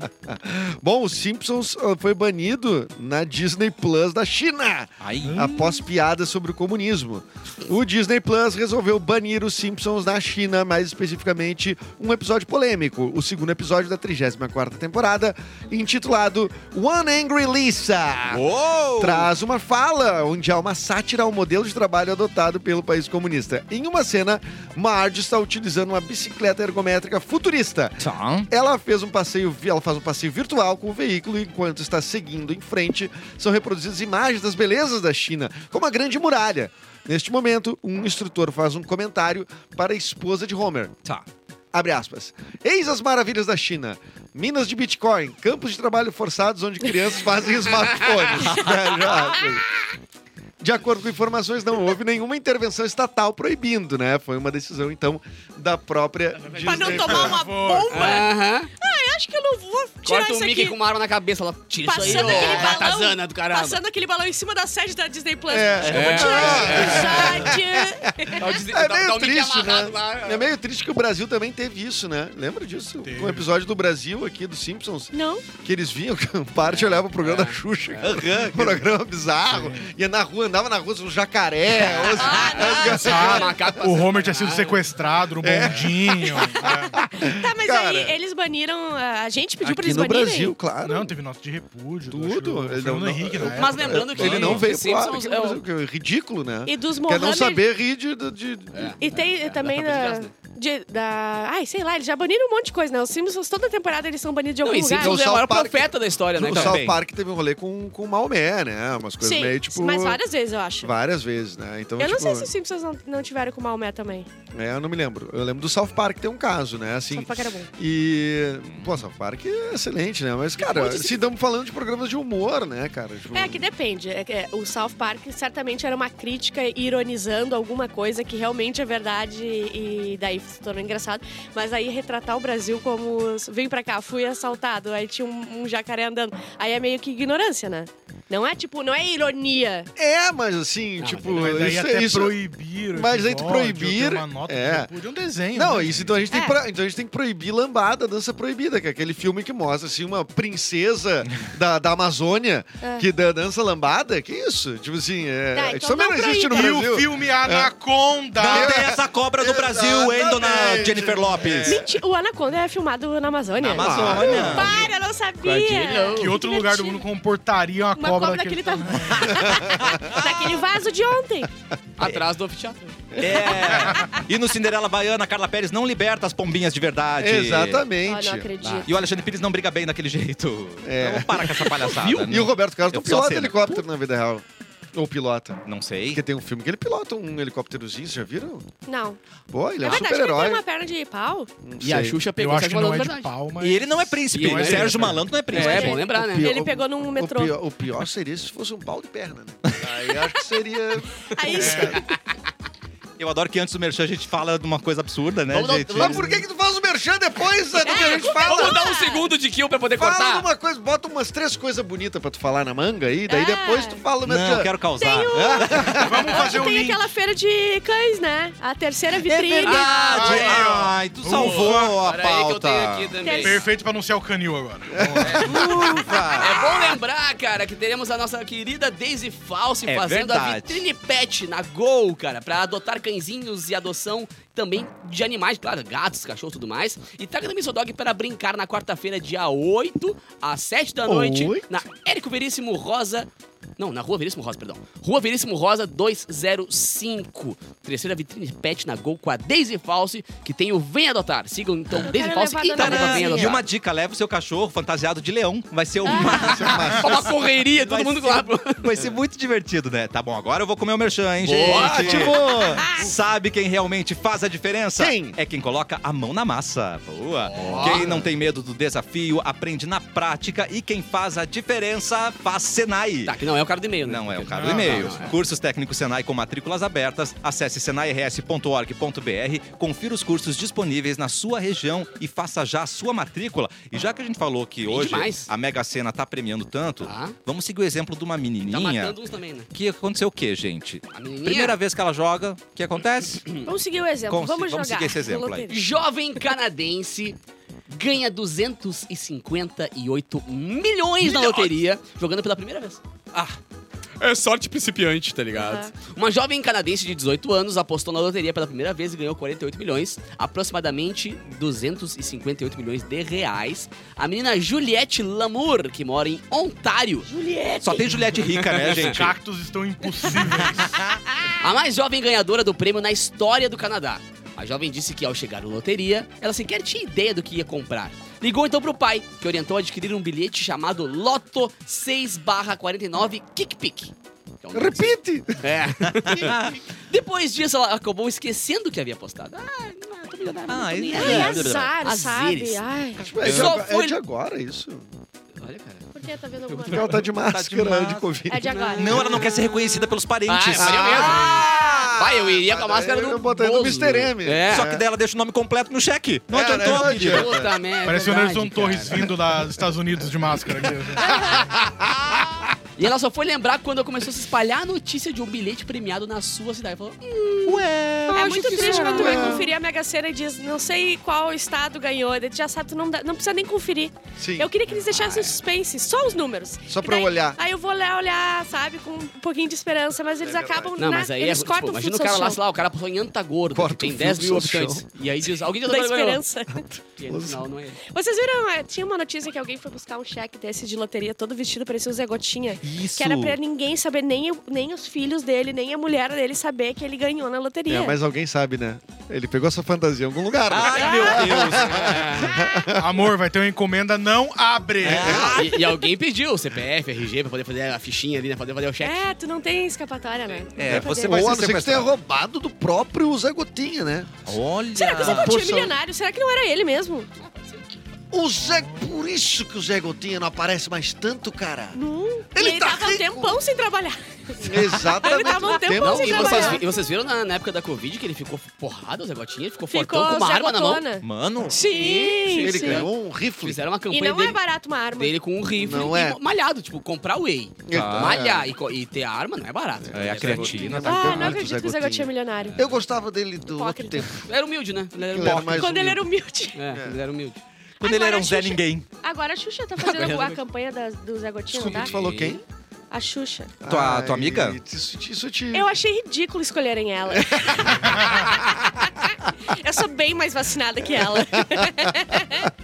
Speaker 4: Bom, os Simpsons ah, foi banido na Disney Plus da China.
Speaker 1: Aí,
Speaker 4: Após piadas sobre o comunismo, o Disney Plus resolveu banir os Simpsons na China, mais especificamente um episódio polêmico, o segundo episódio da 34ª temporada, intitulado One Angry
Speaker 1: Oh.
Speaker 4: Lisa.
Speaker 1: Uou!
Speaker 4: Traz uma fala onde há uma sátira ao modelo de trabalho adotado pelo país comunista. Em uma cena, Marge está utilizando uma bicicleta ergométrica futurista
Speaker 1: Tchan.
Speaker 4: ela fez um passeio, vi- ela faz um passeio virtual com o veículo enquanto está seguindo em frente. São reproduzidas imagens das belezas da China, como a Grande Muralha. Neste momento, um instrutor faz um comentário para a esposa de Homer.
Speaker 1: Tá.
Speaker 4: Abre aspas. Eis as maravilhas da China. Minas de Bitcoin, campos de trabalho forçados onde crianças fazem smartphones. Fecha aspas. De acordo com informações, não houve nenhuma intervenção estatal proibindo, né? Foi uma decisão, então, da própria
Speaker 3: Pra não
Speaker 4: Disney
Speaker 3: tomar
Speaker 4: Plus.
Speaker 3: uma
Speaker 5: Por favor.
Speaker 4: É.
Speaker 3: bomba,
Speaker 2: Aham.
Speaker 3: eu acho que eu não vou tirar
Speaker 2: Corta o
Speaker 3: isso
Speaker 2: Mickey
Speaker 3: aqui.
Speaker 2: com uma arma na cabeça. Ela tira isso aí,
Speaker 3: Passando
Speaker 2: ô,
Speaker 3: aquele balão.
Speaker 2: ratazana do caramba.
Speaker 3: Passando aquele balão em cima da sede da Disney Plus.
Speaker 4: É.
Speaker 3: Acho que eu vou tirar isso aqui. Sede.
Speaker 2: Dá o des-
Speaker 4: É
Speaker 2: dá-
Speaker 4: meio
Speaker 2: dá o Mickey
Speaker 4: triste, né?
Speaker 2: amarrado lá.
Speaker 4: É meio triste que o Brasil também teve isso, né? Lembra disso?
Speaker 5: Teve.
Speaker 4: Com o episódio do Brasil aqui, dos Simpsons,
Speaker 3: Não.
Speaker 4: que eles vinham, parte olhava o programa
Speaker 2: É.
Speaker 4: da Xuxa, um programa bizarro, ia na rua, andava na rua, os jacaré, os... as-
Speaker 5: Ah,
Speaker 2: Macaco
Speaker 5: o Homer tinha sido sequestrado no bondinho.
Speaker 3: Tá, mas
Speaker 4: Cara.
Speaker 3: aí eles baniram. ah, A a gente pediu pra
Speaker 4: aqui
Speaker 3: eles
Speaker 4: no
Speaker 3: banirem.
Speaker 4: Brasil, claro.
Speaker 5: Não, teve nota de repúdio. do-
Speaker 4: Tudo.
Speaker 5: acho que do
Speaker 4: Ele
Speaker 5: Fernando
Speaker 4: não-
Speaker 5: Henrique, na
Speaker 2: Mas
Speaker 5: época.
Speaker 2: lembrando que...
Speaker 4: Ele não veio pro ar,
Speaker 2: Simpsons
Speaker 4: aqui
Speaker 2: é
Speaker 4: no
Speaker 2: o-
Speaker 4: Brasil, que é ridículo, né?
Speaker 3: E dos
Speaker 4: Quer não
Speaker 3: Mohamed.
Speaker 4: saber É, rir de...
Speaker 2: É.
Speaker 4: de- de-
Speaker 3: E tem também
Speaker 2: dá pra
Speaker 3: da,
Speaker 2: fazer
Speaker 3: de- da. Ai, sei lá, eles já baniram um monte de coisa, né? Os Simpsons, toda temporada, eles são banidos de
Speaker 2: Não,
Speaker 3: algum
Speaker 2: e
Speaker 3: lugar.
Speaker 2: Simpsons é o
Speaker 4: um South
Speaker 2: maior
Speaker 4: Park-
Speaker 2: profeta da história, né?
Speaker 4: o
Speaker 2: cara?
Speaker 4: South Park teve um rolê com, com o Maomé, né? Umas coisas
Speaker 3: Sim,
Speaker 4: meio, tipo...
Speaker 3: mas várias vezes, eu acho.
Speaker 4: várias vezes, né? Então,
Speaker 3: eu não
Speaker 4: tipo,
Speaker 3: sei se os Simpsons não, não tiveram com o Maomé também.
Speaker 4: é, eu não me lembro. Eu lembro do South Park tem um caso, né? Assim,
Speaker 3: Só pra que era bom.
Speaker 4: E. Pô, South Park é excelente, né? Mas, cara, se estamos falando de programas de humor, né, cara? Tipo,
Speaker 3: É, que depende. É que, é, o South Park certamente era uma crítica ironizando alguma coisa que realmente é verdade e daí se tornou engraçado. Mas aí retratar o Brasil como os- vim pra cá, fui assaltado, aí tinha um, um jacaré andando. Aí é meio que ignorância, né? Não é tipo, não é ironia.
Speaker 4: É, mas assim,
Speaker 2: Ah,
Speaker 4: tipo.
Speaker 5: Mas daí
Speaker 4: isso,
Speaker 5: até
Speaker 4: isso...
Speaker 5: proibir. o
Speaker 4: Mas aí tu
Speaker 5: episódio, ou ter
Speaker 4: proibir,
Speaker 5: Uma nota
Speaker 4: é.
Speaker 5: de repúdio é um desenho.
Speaker 4: Não,
Speaker 5: né,
Speaker 4: isso,
Speaker 5: gente?
Speaker 4: então, a gente tem
Speaker 3: É.
Speaker 4: pra- então a gente tem que proibir lambada, dança proibida, que é aquele filme que mostra assim, uma princesa da, da Amazônia que da, dança lambada. Que isso? Tipo assim, é,
Speaker 3: É. Tá,
Speaker 4: isso
Speaker 3: então
Speaker 4: também
Speaker 3: não
Speaker 4: não existe no
Speaker 5: E
Speaker 4: Brasil. é.
Speaker 5: o filme Anaconda.
Speaker 1: Não tem essa cobra no Brasil, hein, dona
Speaker 4: Exatamente.
Speaker 1: Jennifer
Speaker 4: É.
Speaker 1: Lopes?
Speaker 3: Mentira, o Anaconda é filmado na Amazônia.
Speaker 1: Amazônia.
Speaker 3: Para, eu não sabia.
Speaker 2: Quadrilha.
Speaker 5: Que outro lugar do mundo comportaria uma,
Speaker 3: Uma
Speaker 5: cobra, tá-
Speaker 3: cobra
Speaker 5: daquele
Speaker 2: tá
Speaker 3: daquele Daquele vaso de ontem.
Speaker 2: Atrás do anfiteatro.
Speaker 1: É. E no Cinderela Baiana, Carla Pérez não liberta as pombinhas de verdade.
Speaker 3: Ah,
Speaker 4: É, Exatamente.
Speaker 3: não acredito.
Speaker 1: E o Alexandre Pires não briga bem daquele jeito.
Speaker 4: É.
Speaker 1: Então para com essa palhaçada. né?
Speaker 4: E o Roberto Carlos não
Speaker 1: Eu só
Speaker 4: pilota
Speaker 1: sei, né?
Speaker 4: helicóptero na vida real. Ou pilota.
Speaker 1: Não sei.
Speaker 4: Porque tem um filme que ele pilota um helicópterozinho, vocês já viram?
Speaker 3: Não.
Speaker 4: Pô, ele é,
Speaker 3: É
Speaker 4: um
Speaker 3: verdade que ele
Speaker 4: super-herói.
Speaker 3: tem uma perna de pau?
Speaker 4: Não
Speaker 2: E a
Speaker 4: sei.
Speaker 2: Xuxa
Speaker 5: Eu
Speaker 2: pegou
Speaker 5: acho
Speaker 2: essa
Speaker 5: que
Speaker 2: de
Speaker 5: não é de
Speaker 2: verdade.
Speaker 5: palma.
Speaker 1: E ele não é príncipe.
Speaker 2: E ele-
Speaker 1: o Sérgio Malandro não é príncipe.
Speaker 2: É, bom lembrar, né?
Speaker 4: Pior-
Speaker 3: Ele pegou num metrô.
Speaker 4: O pior, o pior seria se fosse um pau de perna, né? Aí acho que seria.
Speaker 3: Aí sim.
Speaker 1: Eu adoro que antes do Merchan a gente fala de uma coisa absurda, né,
Speaker 2: Vamos dar-
Speaker 1: gente?
Speaker 4: Mas por que, que tu faz o merchan depois né, do que a gente fala?
Speaker 2: Vamos dar um segundo de kill pra poder
Speaker 4: Fala
Speaker 2: cortar?
Speaker 4: alguma coisa, bota umas três coisas bonitas pra tu falar na manga aí, daí
Speaker 3: É.
Speaker 4: depois tu fala né, o merchan.
Speaker 1: Não, quero causar.
Speaker 3: Tem um o-
Speaker 5: Vamos fazer um
Speaker 3: tem
Speaker 5: link.
Speaker 3: aquela feira de cães, né? A terceira vitrine.
Speaker 1: Ah,
Speaker 5: Ai,
Speaker 1: Ai,
Speaker 5: ó.
Speaker 1: tu
Speaker 5: Ufa.
Speaker 1: salvou a
Speaker 2: Pera aí que eu
Speaker 1: pauta.
Speaker 2: tenho aqui também.
Speaker 5: Perfeito pra anunciar o canil agora.
Speaker 1: Ufa.
Speaker 2: É bom lembrar, cara, que teremos a nossa querida Daisy False
Speaker 1: É
Speaker 2: fazendo a
Speaker 1: verdade.
Speaker 2: vitrine pet na Gol, cara, pra adotar cãezinhos e adoção também de animais, claro, gatos, cachorros e tudo mais. E traga também seu dog para brincar na quarta-feira, dia 8, às 7 da noite,
Speaker 4: Oito?
Speaker 2: na Érico Veríssimo Rosa. Não, na Rua Veríssimo Rosa, perdão. Rua Veríssimo Rosa 205. Terceira vitrine pet na Gol com a Daisy False, que tem o Vem Adotar. Sigam então Daisy
Speaker 3: quero
Speaker 2: False
Speaker 3: levar
Speaker 2: e
Speaker 3: a
Speaker 2: arroba
Speaker 3: dona
Speaker 2: Vem
Speaker 3: Rosinha.
Speaker 1: E
Speaker 2: Adotar.
Speaker 1: uma dica, leva o seu cachorro fantasiado de leão. Vai ser uma...
Speaker 2: Uma correria, todo
Speaker 1: Vai
Speaker 2: mundo
Speaker 1: ser-
Speaker 2: lá. pro-
Speaker 1: Vai ser muito divertido, né? Tá bom, agora eu vou comer o merchan, hein, gente?
Speaker 2: Boa,
Speaker 1: Ótimo! Sabe quem realmente faz a diferença?
Speaker 4: Quem?
Speaker 1: É quem coloca a mão na massa. Boa! Quem não tem medo do desafio, aprende na prática. E quem faz a diferença, faz Senai.
Speaker 2: Tá, que não Não é o cara do e-mail, né?
Speaker 1: Não é o cara do
Speaker 5: Não,
Speaker 1: e-mail.
Speaker 2: não, não, é.
Speaker 1: Cursos técnicos Senai com matrículas abertas. Acesse senairs.org.br, confira os cursos disponíveis na sua região e faça já a sua matrícula. E já que a gente falou que
Speaker 2: Bem
Speaker 1: hoje
Speaker 2: demais.
Speaker 1: a Mega Sena tá premiando tanto,
Speaker 2: Tá.
Speaker 1: vamos seguir o exemplo de uma
Speaker 2: Tá
Speaker 1: menininha
Speaker 2: matando uns também, né?
Speaker 1: que aconteceu o quê, gente?
Speaker 2: A menininha.
Speaker 1: Primeira vez que ela joga, o que acontece?
Speaker 3: Vamos seguir o exemplo.
Speaker 1: Consi-
Speaker 3: vamos jogar.
Speaker 1: vamos seguir esse exemplo aí.
Speaker 3: Loteria.
Speaker 2: Jovem canadense ganha 258 milhões na loteria jogando pela primeira vez. Ah. É sorte principiante, tá ligado? Uma jovem canadense de 18 anos apostou na loteria pela primeira vez e ganhou 48 milhões, aproximadamente 258 milhões de reais. A menina Juliette Lamour, que mora em Ontário,
Speaker 1: Só tem Juliette rica, né,
Speaker 5: Os
Speaker 1: gente?
Speaker 5: cactos estão impossíveis.
Speaker 2: a mais jovem ganhadora do prêmio na história do Canadá. A jovem disse que ao chegar na loteria, ela sequer tinha ideia do que ia comprar. Ligou então pro pai, que orientou a adquirir um bilhete chamado Loto 6/49 Kickpick. Que é um nome
Speaker 4: Repite!
Speaker 2: é. Depois disso, ela acabou esquecendo que havia apostado. Ah, não, tô milionária. não tô
Speaker 1: Ah,
Speaker 2: nem
Speaker 1: é.
Speaker 2: aí.
Speaker 3: Ai, azar,
Speaker 2: Azeres.
Speaker 3: sabe? Ai.
Speaker 4: É de,
Speaker 2: Só
Speaker 4: agora, é
Speaker 2: foi-
Speaker 4: de agora isso?
Speaker 2: Olha, cara.
Speaker 3: Por que tá vendo alguma
Speaker 4: Ela
Speaker 3: coisa?
Speaker 4: tá de máscara de,
Speaker 1: máscara.
Speaker 4: Covid.
Speaker 3: É de agora.
Speaker 1: Não, ela não quer ser reconhecida pelos
Speaker 2: Ah,
Speaker 1: parentes.
Speaker 2: eu faria mesmo.
Speaker 4: Ah!
Speaker 2: Vai, eu iria com a máscara
Speaker 4: Eu
Speaker 2: do
Speaker 4: botaria do
Speaker 2: Bozo.
Speaker 4: Mr. M.
Speaker 2: É.
Speaker 1: Ah, Só que daí ela deixa o nome completo no cheque. Não
Speaker 4: É,
Speaker 1: adiantou,
Speaker 4: né? Não
Speaker 1: querida.
Speaker 4: adianta.
Speaker 2: Puta merda.
Speaker 5: Parece o
Speaker 2: É verdade,
Speaker 5: Nelson
Speaker 2: cara.
Speaker 5: Torres vindo lá dos Estados Unidos de máscara. aqui.
Speaker 2: E ela só foi lembrar quando começou a se espalhar a notícia de um bilhete premiado na sua cidade. Falou, "Hum,
Speaker 3: É muito triste quando tu vai
Speaker 4: É.
Speaker 3: conferir a Mega Sena e diz, não sei qual estado ganhou, daí tu já sabe, tu não, dá- não precisa nem conferir.
Speaker 4: Sim.
Speaker 3: Eu queria que eles deixassem o suspense, só os números.
Speaker 4: Só
Speaker 3: Que
Speaker 4: pra eu
Speaker 3: daí-
Speaker 4: olhar.
Speaker 3: Aí eu vou lá olhar, sabe, com um pouquinho de esperança, mas eles acabam,
Speaker 2: Não,
Speaker 3: na-
Speaker 2: mas aí é,
Speaker 3: eles
Speaker 2: tipo,
Speaker 3: cortam
Speaker 2: imagina
Speaker 3: o
Speaker 2: o
Speaker 3: fluxo
Speaker 2: cara lá,
Speaker 3: social
Speaker 2: sei lá, o cara apostou em Antagordo,
Speaker 4: Corta
Speaker 2: que tipo, tem
Speaker 4: o
Speaker 2: 10 mil
Speaker 4: fluxo
Speaker 2: habitantes. E aí diz, alguém já
Speaker 3: da esperança.
Speaker 2: Não, não é. ele.
Speaker 3: Vocês viram? é, Tinha uma notícia que alguém foi buscar um cheque desse de loteria todo vestido, parecia o Zé Gotinha.
Speaker 1: Isso.
Speaker 3: Que era pra ninguém saber, nem, o- nem os filhos dele, nem a mulher dele saber que ele ganhou na loteria.
Speaker 4: É, mas alguém sabe, né? Ele pegou essa fantasia em algum lugar. né?
Speaker 2: Ah,
Speaker 1: Ai, meu Deus.
Speaker 5: Amor, vai ter uma encomenda, não
Speaker 4: É,
Speaker 5: abre.
Speaker 2: Ah! E, e alguém pediu o CPF, RG, pra poder fazer a fichinha ali, né? Pra poder fazer o cheque.
Speaker 3: É, tu não tem escapatória, né?
Speaker 1: É, você vai
Speaker 4: Ou a
Speaker 1: ser
Speaker 4: não ser que tenha
Speaker 1: sequestrado.
Speaker 4: roubado do próprio Zé Gotinha, né?
Speaker 1: Olha.
Speaker 3: Será que o Zé Gotinha é
Speaker 4: porção.
Speaker 3: milionário? Será que não era ele mesmo?
Speaker 6: O Zé, por isso que o Zé Gotinha não aparece mais tanto, cara.
Speaker 3: Não.
Speaker 6: Ele
Speaker 3: E ele
Speaker 6: tá
Speaker 3: tava um
Speaker 6: rico.
Speaker 3: tempão sem trabalhar.
Speaker 4: Exatamente.
Speaker 3: Ele tava um tempão
Speaker 4: Tempo-
Speaker 3: sem
Speaker 2: E
Speaker 3: trabalhar.
Speaker 2: vocês, vi- e vocês viram na, na época da Covid que ele ficou porrada, o Zé Gotinha? Ele ficou,
Speaker 3: Ficou
Speaker 2: fortão com uma
Speaker 3: Zé
Speaker 2: arma na mão.
Speaker 3: Gotona.
Speaker 1: Mano,
Speaker 3: Sim,
Speaker 4: Ele
Speaker 3: sim.
Speaker 4: ganhou um rifle.
Speaker 2: Fizeram uma
Speaker 3: E
Speaker 2: campanha
Speaker 3: não é
Speaker 2: dele,
Speaker 3: barato uma arma.
Speaker 2: dele com um rifle
Speaker 4: Não
Speaker 2: e
Speaker 4: é.
Speaker 2: malhado, tipo, comprar whey. Tipo,
Speaker 4: Ele tá-
Speaker 2: Malhar e, co- e ter arma não é barato.
Speaker 1: É, a creatina tá
Speaker 3: Ah,
Speaker 4: Muito
Speaker 3: não
Speaker 4: Zé
Speaker 3: acredito que o Zé Gotinha
Speaker 4: Gotinha.
Speaker 3: é milionário.
Speaker 6: Eu gostava dele do outro
Speaker 3: Hipócrita.
Speaker 6: tempo.
Speaker 2: Era humilde, né? Ele era
Speaker 4: Ele era
Speaker 2: humilde.
Speaker 4: mais
Speaker 3: Quando ele era humilde.
Speaker 2: É, ele era humilde.
Speaker 1: Quando ele
Speaker 3: Agora
Speaker 1: era um
Speaker 3: a
Speaker 1: Zé
Speaker 3: Xuxa-
Speaker 1: Ninguém.
Speaker 3: Agora a Xuxa tá fazendo
Speaker 2: Agora-
Speaker 3: a campanha da- do Zé Gotinha, não
Speaker 4: Desculpa,
Speaker 3: tá?
Speaker 4: tu falou quem?
Speaker 3: A Xuxa.
Speaker 1: Tua- tua
Speaker 4: Ai,
Speaker 1: amiga?
Speaker 4: Isso, isso te...
Speaker 3: Eu achei ridículo escolherem ela. Eu sou bem mais vacinada que ela.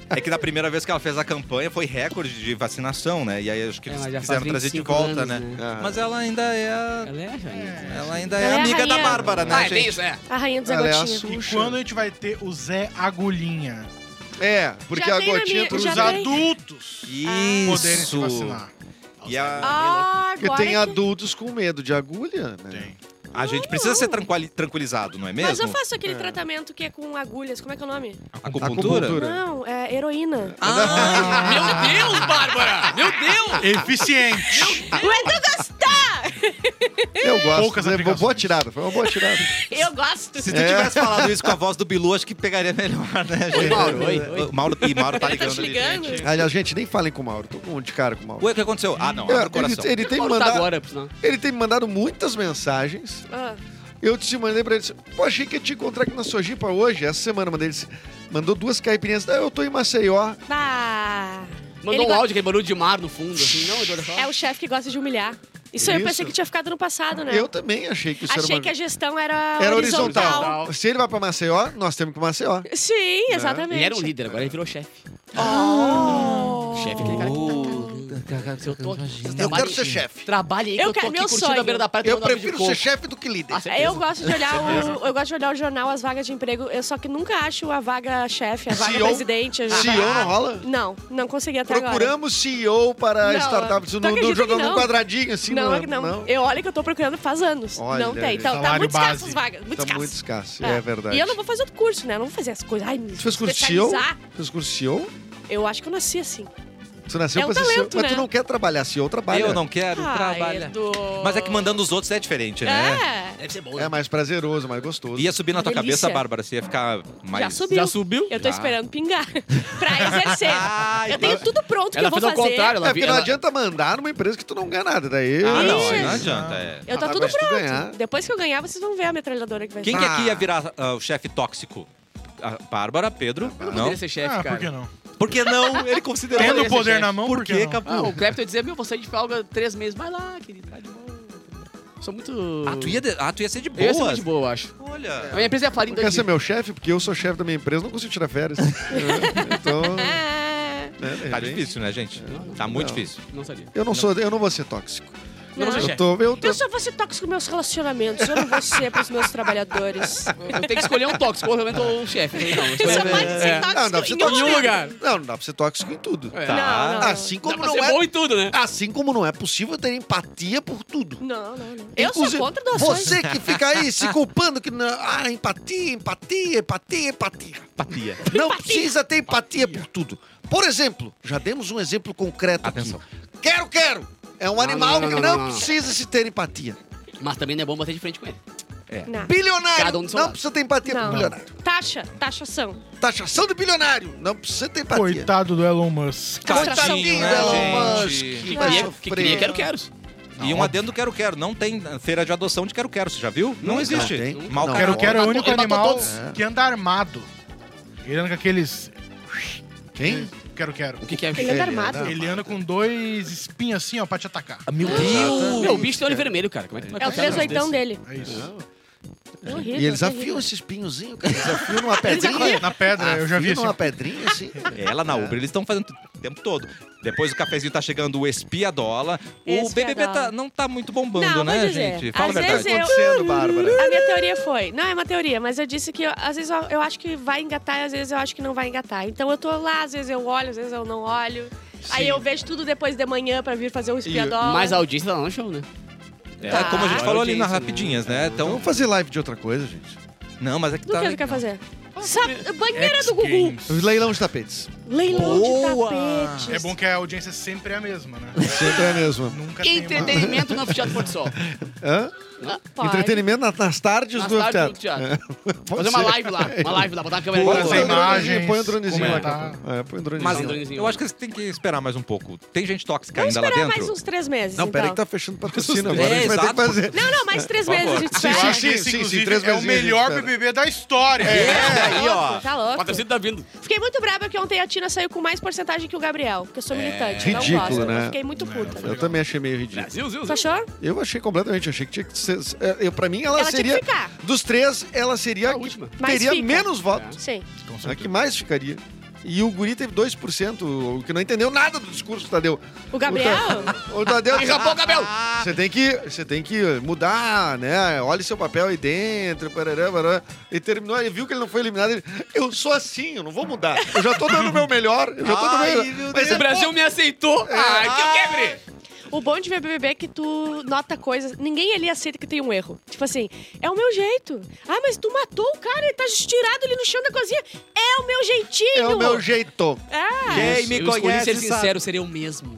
Speaker 1: É que na primeira vez que ela fez a campanha foi recorde de vacinação, né? E aí acho que
Speaker 2: É,
Speaker 1: eles
Speaker 2: mas já faz
Speaker 1: quiseram trazer de
Speaker 2: 25
Speaker 1: volta,
Speaker 2: anos,
Speaker 1: né?
Speaker 2: né?
Speaker 4: Ah.
Speaker 1: Mas ela ainda é. a-
Speaker 2: Ela é, é.
Speaker 1: Ela ainda é,
Speaker 3: Ela é a
Speaker 1: amiga da
Speaker 3: rainha.
Speaker 1: Bárbara, né,
Speaker 2: Ah, é
Speaker 1: gente?
Speaker 2: bem isso, é.
Speaker 3: A rainha do Zé
Speaker 4: Ela é a
Speaker 3: Gotinha.
Speaker 5: E
Speaker 4: Xuxa.
Speaker 5: quando a gente vai ter o Zé Agulhinha?
Speaker 4: É, porque
Speaker 3: Já
Speaker 4: a
Speaker 3: tem na
Speaker 4: gotinha
Speaker 3: minha-
Speaker 4: pros
Speaker 3: já
Speaker 5: Os
Speaker 3: tem.
Speaker 4: adultos.
Speaker 5: adultos poderem se
Speaker 1: Isso.
Speaker 5: vacinar.
Speaker 1: E a,
Speaker 3: Ah,
Speaker 4: Porque
Speaker 3: agora
Speaker 4: tem
Speaker 3: é que-
Speaker 4: adultos com medo de agulha, né?
Speaker 5: Tem.
Speaker 1: a gente precisa ser tranquili- tranquilizado, não é
Speaker 3: Ah. Mas eu
Speaker 1: mesmo?
Speaker 3: faço aquele tratamento que é com agulhas. Como é que é o nome?
Speaker 1: Acupuntura?
Speaker 4: Acupuntura.
Speaker 3: Não, é heroína.
Speaker 1: Ah,
Speaker 2: Meu Deus, Bárbara! Meu Deus!
Speaker 5: Eficiente.
Speaker 4: Eu gosto.
Speaker 5: Poucas
Speaker 4: né?
Speaker 5: aplicações.
Speaker 4: Boa tirada, foi uma boa tirada.
Speaker 3: Eu gosto.
Speaker 1: se tu
Speaker 4: É.
Speaker 1: tivesse falado isso com a voz do Bilu, acho que pegaria melhor, né, gente?
Speaker 2: Mauro, oi, oi.
Speaker 1: O Mauro, e Mauro tá
Speaker 3: Ele tá
Speaker 1: ligando,
Speaker 3: te
Speaker 1: ali,
Speaker 3: ligando?
Speaker 1: gente.
Speaker 4: Aliás, gente, nem falem com o Mauro. Tô com um de cara com o Mauro.
Speaker 1: Ué, o que aconteceu? Ah, não,
Speaker 4: Eu-
Speaker 1: abre o coração.
Speaker 4: ele, ele tem me
Speaker 2: Mauro tá
Speaker 4: mandado,
Speaker 2: agora, por sinal.
Speaker 4: ele tem me mandado muitas mensagens.
Speaker 3: Ah,
Speaker 4: Eu te mandei pra ele. disse, Pô, achei que ia te encontrar aqui na sua jipa hoje. Essa semana mandei ele. disse, Mandou duas caipirinhas. Ah, eu tô em Maceió.
Speaker 3: bah.
Speaker 2: Mandou
Speaker 3: Ele
Speaker 2: um
Speaker 3: go-
Speaker 2: áudio, aquele barulho de mar no fundo, assim. Não, eu
Speaker 3: É o chefe que gosta de humilhar. Isso, aí eu
Speaker 4: Isso.
Speaker 3: pensei que tinha ficado no passado, né?
Speaker 4: Eu também achei que isso
Speaker 3: Achei
Speaker 4: era uma...
Speaker 3: que a gestão era,
Speaker 4: Era horizontal.
Speaker 3: horizontal.
Speaker 4: Se ele vai pra Maceió, nós temos que ir pra Maceió.
Speaker 3: Sim,
Speaker 4: Né?
Speaker 3: exatamente.
Speaker 2: Ele era um líder, agora ele virou chefe.
Speaker 3: Oh.
Speaker 2: Chefe é aquele cara que... Se eu tô aqui, vocês
Speaker 6: Eu
Speaker 2: trabalhem-
Speaker 6: quero ser chefe.
Speaker 2: Trabalhe aí que
Speaker 3: Eu
Speaker 2: eu tô
Speaker 3: quero-
Speaker 2: aqui
Speaker 3: meu
Speaker 2: curtindo
Speaker 3: sonho.
Speaker 2: a beira da praia.
Speaker 6: Eu
Speaker 2: tomando água um de
Speaker 6: prefiro ser
Speaker 2: coco.
Speaker 6: chefe do que líder.
Speaker 2: Ah, certeza.
Speaker 3: Eu gosto de olhar o, eu gosto de olhar o jornal as vagas de emprego, eu só que nunca acho a vaga chefe, a vaga
Speaker 4: CEO?
Speaker 3: presidente, a
Speaker 4: CEO
Speaker 3: vaga-
Speaker 4: não rola?
Speaker 3: Não, não consegui até agora.
Speaker 4: Procuramos CEO para
Speaker 3: Não,
Speaker 4: startups.
Speaker 3: tu
Speaker 4: Não, não
Speaker 3: acredita
Speaker 4: jogamos
Speaker 3: que não?
Speaker 4: um quadradinho assim,
Speaker 3: não,
Speaker 4: não,
Speaker 3: é que não. Eu olho que eu tô procurando faz anos.
Speaker 4: Olha
Speaker 3: não tem.
Speaker 4: aí.
Speaker 3: Então, tá
Speaker 5: Salário
Speaker 3: muito escasso
Speaker 5: base.
Speaker 3: as vagas, muito
Speaker 4: Tá
Speaker 3: escasso.
Speaker 4: muito escasso, é, verdade.
Speaker 3: E eu não vou fazer outro curso, né? Eu não vou fazer as coisas. Ai, me
Speaker 4: Tu fez curso de CEO?
Speaker 3: especializar.
Speaker 4: Fez curso de CEO?
Speaker 3: Eu acho que eu nasci assim.
Speaker 4: Tu nasceu
Speaker 3: É um
Speaker 4: pra ser CEO,
Speaker 3: talento,
Speaker 4: mas
Speaker 3: né?
Speaker 4: tu não quer trabalhar. CEO trabalha.
Speaker 1: Eu não quero
Speaker 3: Ah,
Speaker 1: trabalhar.
Speaker 3: Edu.
Speaker 1: Mas é que mandando os outros é diferente, né?
Speaker 3: É.
Speaker 2: Deve ser bom.
Speaker 4: É mais prazeroso, mais gostoso.
Speaker 1: Ia subir na tua
Speaker 3: Delícia.
Speaker 1: cabeça, Bárbara, você ia ficar mais...
Speaker 3: Já subiu.
Speaker 2: né? Já subiu?
Speaker 3: É, Eu tô
Speaker 1: Já.
Speaker 3: esperando pingar pra exercer.
Speaker 1: Ai,
Speaker 3: eu tenho tudo pronto que
Speaker 2: Ela
Speaker 3: eu vou
Speaker 2: fez ao
Speaker 3: fazer.
Speaker 2: contrário,
Speaker 4: É
Speaker 2: ela
Speaker 4: porque
Speaker 2: viu.
Speaker 4: não
Speaker 2: ela-
Speaker 4: adianta mandar numa empresa que tu não ganha nada. Daí.
Speaker 1: Ah, não,
Speaker 3: Isso.
Speaker 1: aí não adianta. é.
Speaker 3: Eu tô tá
Speaker 4: Ah,
Speaker 3: tudo
Speaker 4: mas tu
Speaker 3: pronto.
Speaker 4: ganhar.
Speaker 3: Depois que eu ganhar, vocês vão ver a metralhadora que vai
Speaker 1: Quem
Speaker 3: ser.
Speaker 1: que aqui ia
Speaker 4: Ah.
Speaker 1: virar ah, o chefe tóxico? A Bárbara, Pedro?
Speaker 2: Eu não
Speaker 1: Não?
Speaker 2: poderia ser chefe,
Speaker 5: Ah,
Speaker 2: cara.
Speaker 5: por que não?
Speaker 1: Por que não? Ele considerou...
Speaker 5: Tendo
Speaker 2: poderia
Speaker 5: o
Speaker 2: ser
Speaker 5: poder
Speaker 2: chefe.
Speaker 5: na mão, por que não?
Speaker 2: Ah, o Clapton ia dizer, meu, você é de folga três meses. Vai lá, querido, vai de boa. Sou muito...
Speaker 1: Ah, tu ia, de- ah, tu ia ser de
Speaker 2: Eu ia ser
Speaker 1: boa.
Speaker 2: muito de boa, eu acho. A
Speaker 1: Olha...
Speaker 2: minha empresa ia falir em
Speaker 4: Tu quer
Speaker 2: dois
Speaker 4: ser
Speaker 2: dias.
Speaker 4: meu chefe? Porque eu sou chefe da minha empresa, não consigo tirar férias. É, então.
Speaker 3: Ah,
Speaker 4: né, de
Speaker 1: Tá
Speaker 4: repente.
Speaker 1: difícil, né, gente? Tá muito
Speaker 4: Não.
Speaker 1: difícil.
Speaker 2: É, Não sabia.
Speaker 4: Eu não sou, eu não vou ser tóxico.
Speaker 3: não.
Speaker 2: Tá Não, é
Speaker 4: Eu tô, eu tô-
Speaker 3: Eu só vou ser tóxico com meus relacionamentos, eu não vou ser pros meus trabalhadores.
Speaker 2: Eu tenho que escolher um tóxico, ou realmente ou um chefe. Não, eu
Speaker 3: Tu
Speaker 2: escolhi-
Speaker 3: só pode ser
Speaker 2: É.
Speaker 4: Ah, Não, tá- não dá pra
Speaker 3: tóxico em
Speaker 4: ser
Speaker 3: um
Speaker 2: Em um
Speaker 4: tóxico.
Speaker 2: lugar.
Speaker 4: Não, não dá pra ser tóxico em tudo.
Speaker 2: É.
Speaker 1: Tá.
Speaker 3: Não, não, não.
Speaker 4: Assim
Speaker 2: Dá
Speaker 4: como
Speaker 2: pra
Speaker 4: não
Speaker 2: ser
Speaker 4: é.
Speaker 2: bom em tudo, né?
Speaker 4: Assim como não é possível ter empatia por tudo.
Speaker 3: Não, não, não. Eu
Speaker 4: Inclusive,
Speaker 3: sou contra doações.
Speaker 4: Você que fica aí se culpando que. não- Ah, empatia, empatia, empatia, empatia.
Speaker 1: Patia.
Speaker 4: Não precisa ter empatia por tudo. Por exemplo, já demos um exemplo concreto
Speaker 1: Atenção.
Speaker 4: aqui. Quero, quero! É um
Speaker 2: não,
Speaker 4: animal
Speaker 2: não,
Speaker 4: que
Speaker 2: não,
Speaker 4: não,
Speaker 2: não, não.
Speaker 4: precisa se ter empatia.
Speaker 2: Mas também não é bom bater de frente com ele.
Speaker 3: Não.
Speaker 4: Bilionário
Speaker 2: Cada um do seu
Speaker 4: não
Speaker 2: lado.
Speaker 4: precisa ter empatia por
Speaker 3: Não.
Speaker 4: bilionário.
Speaker 3: Taxa, taxação.
Speaker 4: Taxação do bilionário não precisa ter empatia.
Speaker 5: Coitado do Elon Musk.
Speaker 2: Tá
Speaker 1: Tadinho,
Speaker 4: Coitadinho
Speaker 1: né,
Speaker 4: do Elon Musk.
Speaker 1: gente?
Speaker 4: que
Speaker 2: Que
Speaker 4: vai
Speaker 2: queria, que
Speaker 4: sofrer.
Speaker 2: queria quero, quero.
Speaker 1: E um adendo quero quero. Não tem feira de adoção de quero quero, você já viu? Não, existe.
Speaker 4: tem.
Speaker 1: Mal
Speaker 4: Não.
Speaker 5: Quero,
Speaker 1: caro.
Speaker 5: quero é o
Speaker 2: matou-
Speaker 5: único
Speaker 2: ele matou
Speaker 5: animal
Speaker 2: todos.
Speaker 5: que anda armado. Ele anda com aqueles.
Speaker 4: Quem?
Speaker 5: Quero, quero.
Speaker 2: O que, que é?
Speaker 3: Ele anda armado.
Speaker 5: Ele anda com dois espinhos assim, ó, pra te atacar.
Speaker 1: Meu
Speaker 2: Meu, o bicho tem olho vermelho, cara. Como é que tu vai
Speaker 3: É o
Speaker 2: confiar num
Speaker 3: 3
Speaker 2: negócio
Speaker 3: oitão dele.
Speaker 5: É isso.
Speaker 3: Horrível.
Speaker 4: E eles
Speaker 3: terrível.
Speaker 4: afiam esse espinhozinho, cara. Eles afiam numa pedrinha.
Speaker 5: Na pedra, eu já vi
Speaker 4: Afiam
Speaker 5: assim.
Speaker 4: numa pedrinha, assim.
Speaker 1: É, Ela na Uber, eles estão fazendo o tempo todo. Depois o cafezinho tá chegando, o espiadola. O
Speaker 3: Espiadola.
Speaker 1: BBB tá- não tá muito bombando,
Speaker 3: Não, vou
Speaker 1: né,
Speaker 3: dizer.
Speaker 1: gente? Fala
Speaker 3: Às
Speaker 1: a verdade.
Speaker 3: vezes eu-
Speaker 4: Tá acontecendo, Bárbara?
Speaker 3: A minha teoria foi, não é uma teoria, mas eu disse que eu- às vezes eu, eu acho que vai engatar e às vezes eu acho que não vai engatar. Então eu tô lá, às vezes eu olho, às vezes eu não olho. Aí eu vejo tudo depois de manhã pra vir fazer o espiadola.
Speaker 2: Mas a audiência tá lá no show, né?
Speaker 1: É,
Speaker 3: Tá.
Speaker 1: como a
Speaker 4: Ah,
Speaker 1: gente
Speaker 2: Olha
Speaker 1: falou
Speaker 2: a
Speaker 1: ali nas
Speaker 2: audiência,
Speaker 1: rapidinhas, né? Então,
Speaker 4: Vamos fazer live de outra coisa, gente.
Speaker 1: não, mas é que
Speaker 3: Do
Speaker 1: tá
Speaker 3: que ele quer
Speaker 1: legal.
Speaker 3: fazer? Sa- banheira do Gugu.
Speaker 5: X-Games.
Speaker 4: Leilão de tapetes.
Speaker 3: Leilão
Speaker 1: Boa.
Speaker 3: de tapetes.
Speaker 5: É bom que a audiência sempre é a mesma, né?
Speaker 4: Sempre é a mesma.
Speaker 5: Nunca tem uma...
Speaker 2: Entretenimento no Fiat Porto Sol.
Speaker 4: Hã?
Speaker 3: Pode.
Speaker 4: Entretenimento nas, nas tardes
Speaker 2: Nas
Speaker 4: do
Speaker 2: tardes do
Speaker 4: teatro.
Speaker 2: teatro.
Speaker 4: É. Pode
Speaker 2: Fazer uma
Speaker 4: ser.
Speaker 2: live lá. Uma live lá, botar uma câmera
Speaker 5: Boa,
Speaker 2: ali.
Speaker 4: Põe
Speaker 5: Fazer
Speaker 4: um dronezinho,
Speaker 5: imagens,
Speaker 4: Põe um dronezinho lá.
Speaker 5: comentar.
Speaker 4: Cacau. É, põe um dronezinho.
Speaker 1: Mas
Speaker 4: lá.
Speaker 2: Andronizinho.
Speaker 1: eu acho que você tem que esperar mais um pouco. Tem gente tóxica
Speaker 3: Vamos
Speaker 1: ainda lá
Speaker 3: esperar
Speaker 1: dentro?
Speaker 3: mais um uns três meses.
Speaker 4: Não, pera aí
Speaker 3: então.
Speaker 4: que tá fechando patrocínio
Speaker 1: É,
Speaker 4: agora. A gente vai ter
Speaker 1: exato.
Speaker 4: que fazer.
Speaker 3: Não, não, mais três
Speaker 1: Por
Speaker 3: meses a
Speaker 1: favor.
Speaker 3: gente
Speaker 5: Eu
Speaker 3: espera.
Speaker 5: acho
Speaker 4: sim,
Speaker 5: que
Speaker 4: sim,
Speaker 5: esse,
Speaker 4: sim,
Speaker 5: inclusive,
Speaker 4: três
Speaker 5: é o
Speaker 4: meses,
Speaker 5: melhor
Speaker 4: gente,
Speaker 5: BBB da história.
Speaker 1: É,
Speaker 3: Tá
Speaker 1: aí, ó.
Speaker 3: louco, Tá louco.
Speaker 2: O patrocínio tá vindo.
Speaker 3: Fiquei muito brava que ontem a Tina saiu com mais porcentagem que o Gabriel, porque eu sou militante. não
Speaker 4: Ridículo,
Speaker 3: gosto.
Speaker 4: né?
Speaker 3: Eu fiquei muito puta.
Speaker 4: Eu também achei meio ridículo.
Speaker 2: Brasil, É, Zil,
Speaker 3: Tu
Speaker 2: Zil.
Speaker 3: achou?
Speaker 4: Eu achei completamente, achei que tinha que ser. é, Eu, pra mim, ela,
Speaker 3: Ela tinha que
Speaker 4: seria.
Speaker 3: ficar.
Speaker 4: Dos três, ela seria a que
Speaker 2: última.
Speaker 3: Mas
Speaker 4: teria
Speaker 3: fica.
Speaker 4: menos votos.
Speaker 3: Sim.
Speaker 4: A que mais ficaria. E o Guri teve 2%, o que não entendeu nada do discurso do Tadeu.
Speaker 3: O Gabriel?
Speaker 4: O, Ta- o Tadeu
Speaker 2: E rapou o cabelo.
Speaker 4: Você tem que, você tem que mudar, né? Olha seu papel aí dentro, parará, parará. Ele terminou, ele viu que ele não foi eliminado. Ele, eu sou assim, eu não vou mudar. Eu já tô dando o meu melhor. Eu já tô dando o meu melhor. Mas
Speaker 2: O Brasil me aceitou. Ai, que eu quebre.
Speaker 3: O bom de ver BBB é que tu nota coisas. Ninguém ali aceita que tem um erro. Tipo assim, é o meu jeito. Ah, mas tu matou o cara, ele tá estirado ali no chão da cozinha. É o meu jeitinho.
Speaker 4: é o meu jeito.
Speaker 3: Ah,
Speaker 1: Quem
Speaker 2: Eu
Speaker 1: me
Speaker 2: escolhi
Speaker 1: conhece
Speaker 2: ser sincero, seria o mesmo.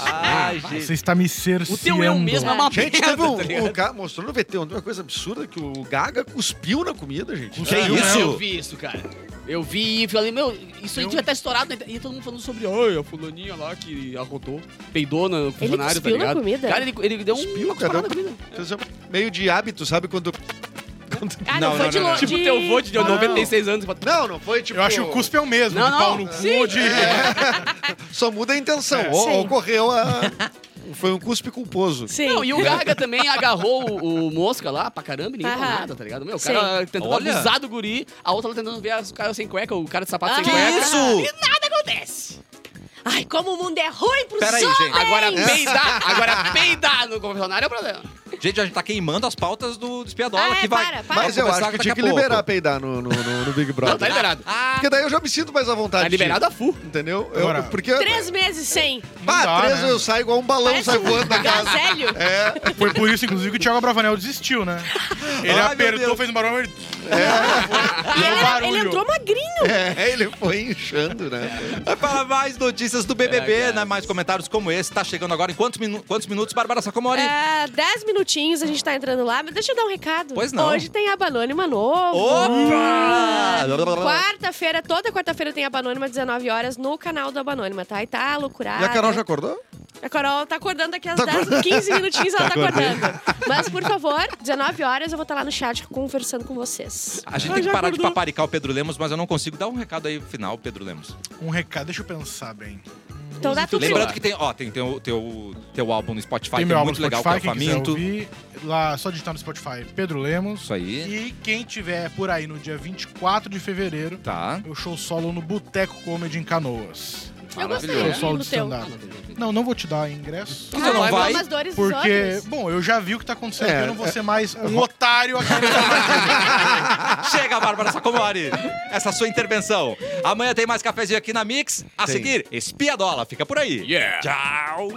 Speaker 1: Ai, gente.
Speaker 5: Você está me cerceando.
Speaker 2: O teu eu mesmo é uma
Speaker 4: Gente,
Speaker 2: merda,
Speaker 4: teve um,
Speaker 2: tá ligado?
Speaker 4: o cara mostrou no VT ontem uma coisa absurda que o Gaga cuspiu na comida, gente.
Speaker 5: Cuspiu.
Speaker 1: Que isso?
Speaker 2: Ah, Eu vi isso, cara. Eu vi e falei, meu, isso aí
Speaker 5: Eu-
Speaker 2: devia estar estourado. na internet. E todo mundo falando sobre, ai, a fulaninha lá que arrotou, peidou no funcionário, tá
Speaker 3: cuspiu na
Speaker 2: ligado?
Speaker 3: comida?
Speaker 2: Cara, ele, ele deu um
Speaker 4: Cuspiu,
Speaker 2: uma
Speaker 4: cara,
Speaker 2: cusparada na
Speaker 4: deu-
Speaker 2: comida.
Speaker 4: Então, Meio de hábito, sabe? Quando.
Speaker 3: ah
Speaker 1: Não,
Speaker 3: não, foi
Speaker 1: não,
Speaker 3: de
Speaker 1: não, não.
Speaker 3: longe.
Speaker 2: Tipo, teu avô de deu 96 anos. Não,
Speaker 4: Não, não foi tipo.
Speaker 5: Eu acho que o cuspe é o mesmo,
Speaker 2: Não,
Speaker 5: de pau
Speaker 2: não. É.
Speaker 5: no cu ou de...
Speaker 4: Só muda a intenção.
Speaker 5: É.
Speaker 4: O-
Speaker 3: Sim.
Speaker 4: ocorreu a. Foi um cuspe culposo.
Speaker 3: Sim.
Speaker 2: e o Gaga também agarrou o, o Mosca lá pra caramba e ninguém falou
Speaker 3: Aham.
Speaker 2: nada, tá ligado? Meu, o
Speaker 3: Sim.
Speaker 2: cara tentando
Speaker 1: Olha.
Speaker 2: abusar do guri, a outra lá tentando ver as- o cara sem cueca, o cara de sapato sem
Speaker 3: Ah,
Speaker 2: cueca.
Speaker 1: isso?
Speaker 2: Acontece.
Speaker 3: Ai, como o mundo é ruim pros
Speaker 1: Peraí,
Speaker 3: homens.
Speaker 1: gente.
Speaker 2: Agora
Speaker 4: É.
Speaker 2: peidar, agora peidar no confessionário é o problema.
Speaker 1: Gente, a gente tá queimando as pautas do Espiadola.
Speaker 3: Ah, é,
Speaker 1: que vai,
Speaker 3: para, para.
Speaker 1: vai
Speaker 4: Mas eu
Speaker 1: começar
Speaker 4: acho que
Speaker 1: daqui
Speaker 4: tinha
Speaker 1: a
Speaker 4: que
Speaker 1: pouco.
Speaker 4: liberar peidar no, no, no- no Big Brother.
Speaker 2: Não, tá liberado.
Speaker 1: Ah,
Speaker 4: Porque daí eu já me sinto mais à vontade.
Speaker 2: Tá liberado a full.
Speaker 4: de- Entendeu? Eu-
Speaker 5: Agora-
Speaker 4: porque.
Speaker 3: Três meses sem.
Speaker 4: Pá,
Speaker 5: Não dá,
Speaker 4: três
Speaker 5: né?
Speaker 4: eu saio igual um balão,
Speaker 3: Parece
Speaker 4: sai voando
Speaker 3: um
Speaker 4: da casa. É.
Speaker 3: gazelho.
Speaker 5: Foi por isso, inclusive, que o Thiago Abravanel desistiu, né? Ele
Speaker 1: Ai, meu
Speaker 5: apertou,
Speaker 1: Deus. É.
Speaker 5: fez um barulho... ele-
Speaker 3: E ele, era- ele
Speaker 5: barulho.
Speaker 3: entrou magrinho.
Speaker 4: É, ele foi inchando, né?
Speaker 1: É Para mais notícias do BBB,
Speaker 2: É, cara.
Speaker 1: né, mais comentários como esse, tá chegando agora em quantos, minu- quantos minutos, Bárbara Sacomori?
Speaker 3: É, dez minutinhos a gente tá entrando lá, mas deixa eu dar um recado.
Speaker 1: Pois não.
Speaker 3: Hoje tem aba anônima novo. Ah.
Speaker 1: Opa!
Speaker 3: Quarta-feira, toda quarta-feira tem aba anônima, 19 horas, no canal do aba anônima, tá? E tá loucurada.
Speaker 4: E a Carol já acordou?
Speaker 3: A Carol tá acordando daqui às 10, 15 minutinhos, ela tá acordando. Mas, por favor, 19 horas eu vou estar lá no chat conversando com vocês.
Speaker 1: A
Speaker 5: Ah,
Speaker 1: gente tem que parar de paparicar o Pedro Lemos, mas eu não consigo dar um recado aí final, Pedro Lemos.
Speaker 5: Um recado, deixa eu pensar bem.
Speaker 3: Então dá tudo
Speaker 1: Lembrando
Speaker 2: bem.
Speaker 1: que tem, ó, tem teu, teu, teu álbum no Spotify,
Speaker 5: Tem
Speaker 1: que
Speaker 5: meu
Speaker 1: é
Speaker 5: álbum
Speaker 1: muito
Speaker 5: no
Speaker 1: legal,
Speaker 5: Spotify,
Speaker 1: que é o
Speaker 5: quem quiser
Speaker 1: Faminto.
Speaker 5: ouvir, lá, só digitar no Spotify, Pedro Lemos.
Speaker 1: Isso aí,
Speaker 5: E quem tiver por aí no dia 24 de fevereiro,
Speaker 1: tá.
Speaker 5: eu show solo no Boteco Comedy em Canoas.
Speaker 3: Eu gostei né?
Speaker 1: Maravilhoso.
Speaker 5: Eu
Speaker 3: do Ah,
Speaker 5: sou do
Speaker 3: É, teu.
Speaker 5: stand-up. Não, não vou te dar ingresso.
Speaker 1: Por que você não vai?
Speaker 3: Mas dores dos
Speaker 5: Porque,
Speaker 3: outros.
Speaker 5: bom, eu já vi o que tá acontecendo,
Speaker 4: É,
Speaker 5: eu não vou ser mais um otário aqui.
Speaker 1: Chega, Bárbara Sacomori! Essa é sua intervenção. Amanhã tem mais cafezinho aqui na Mix. A seguir, Espiadola. Fica por aí.
Speaker 2: Yeah.
Speaker 1: Tchau!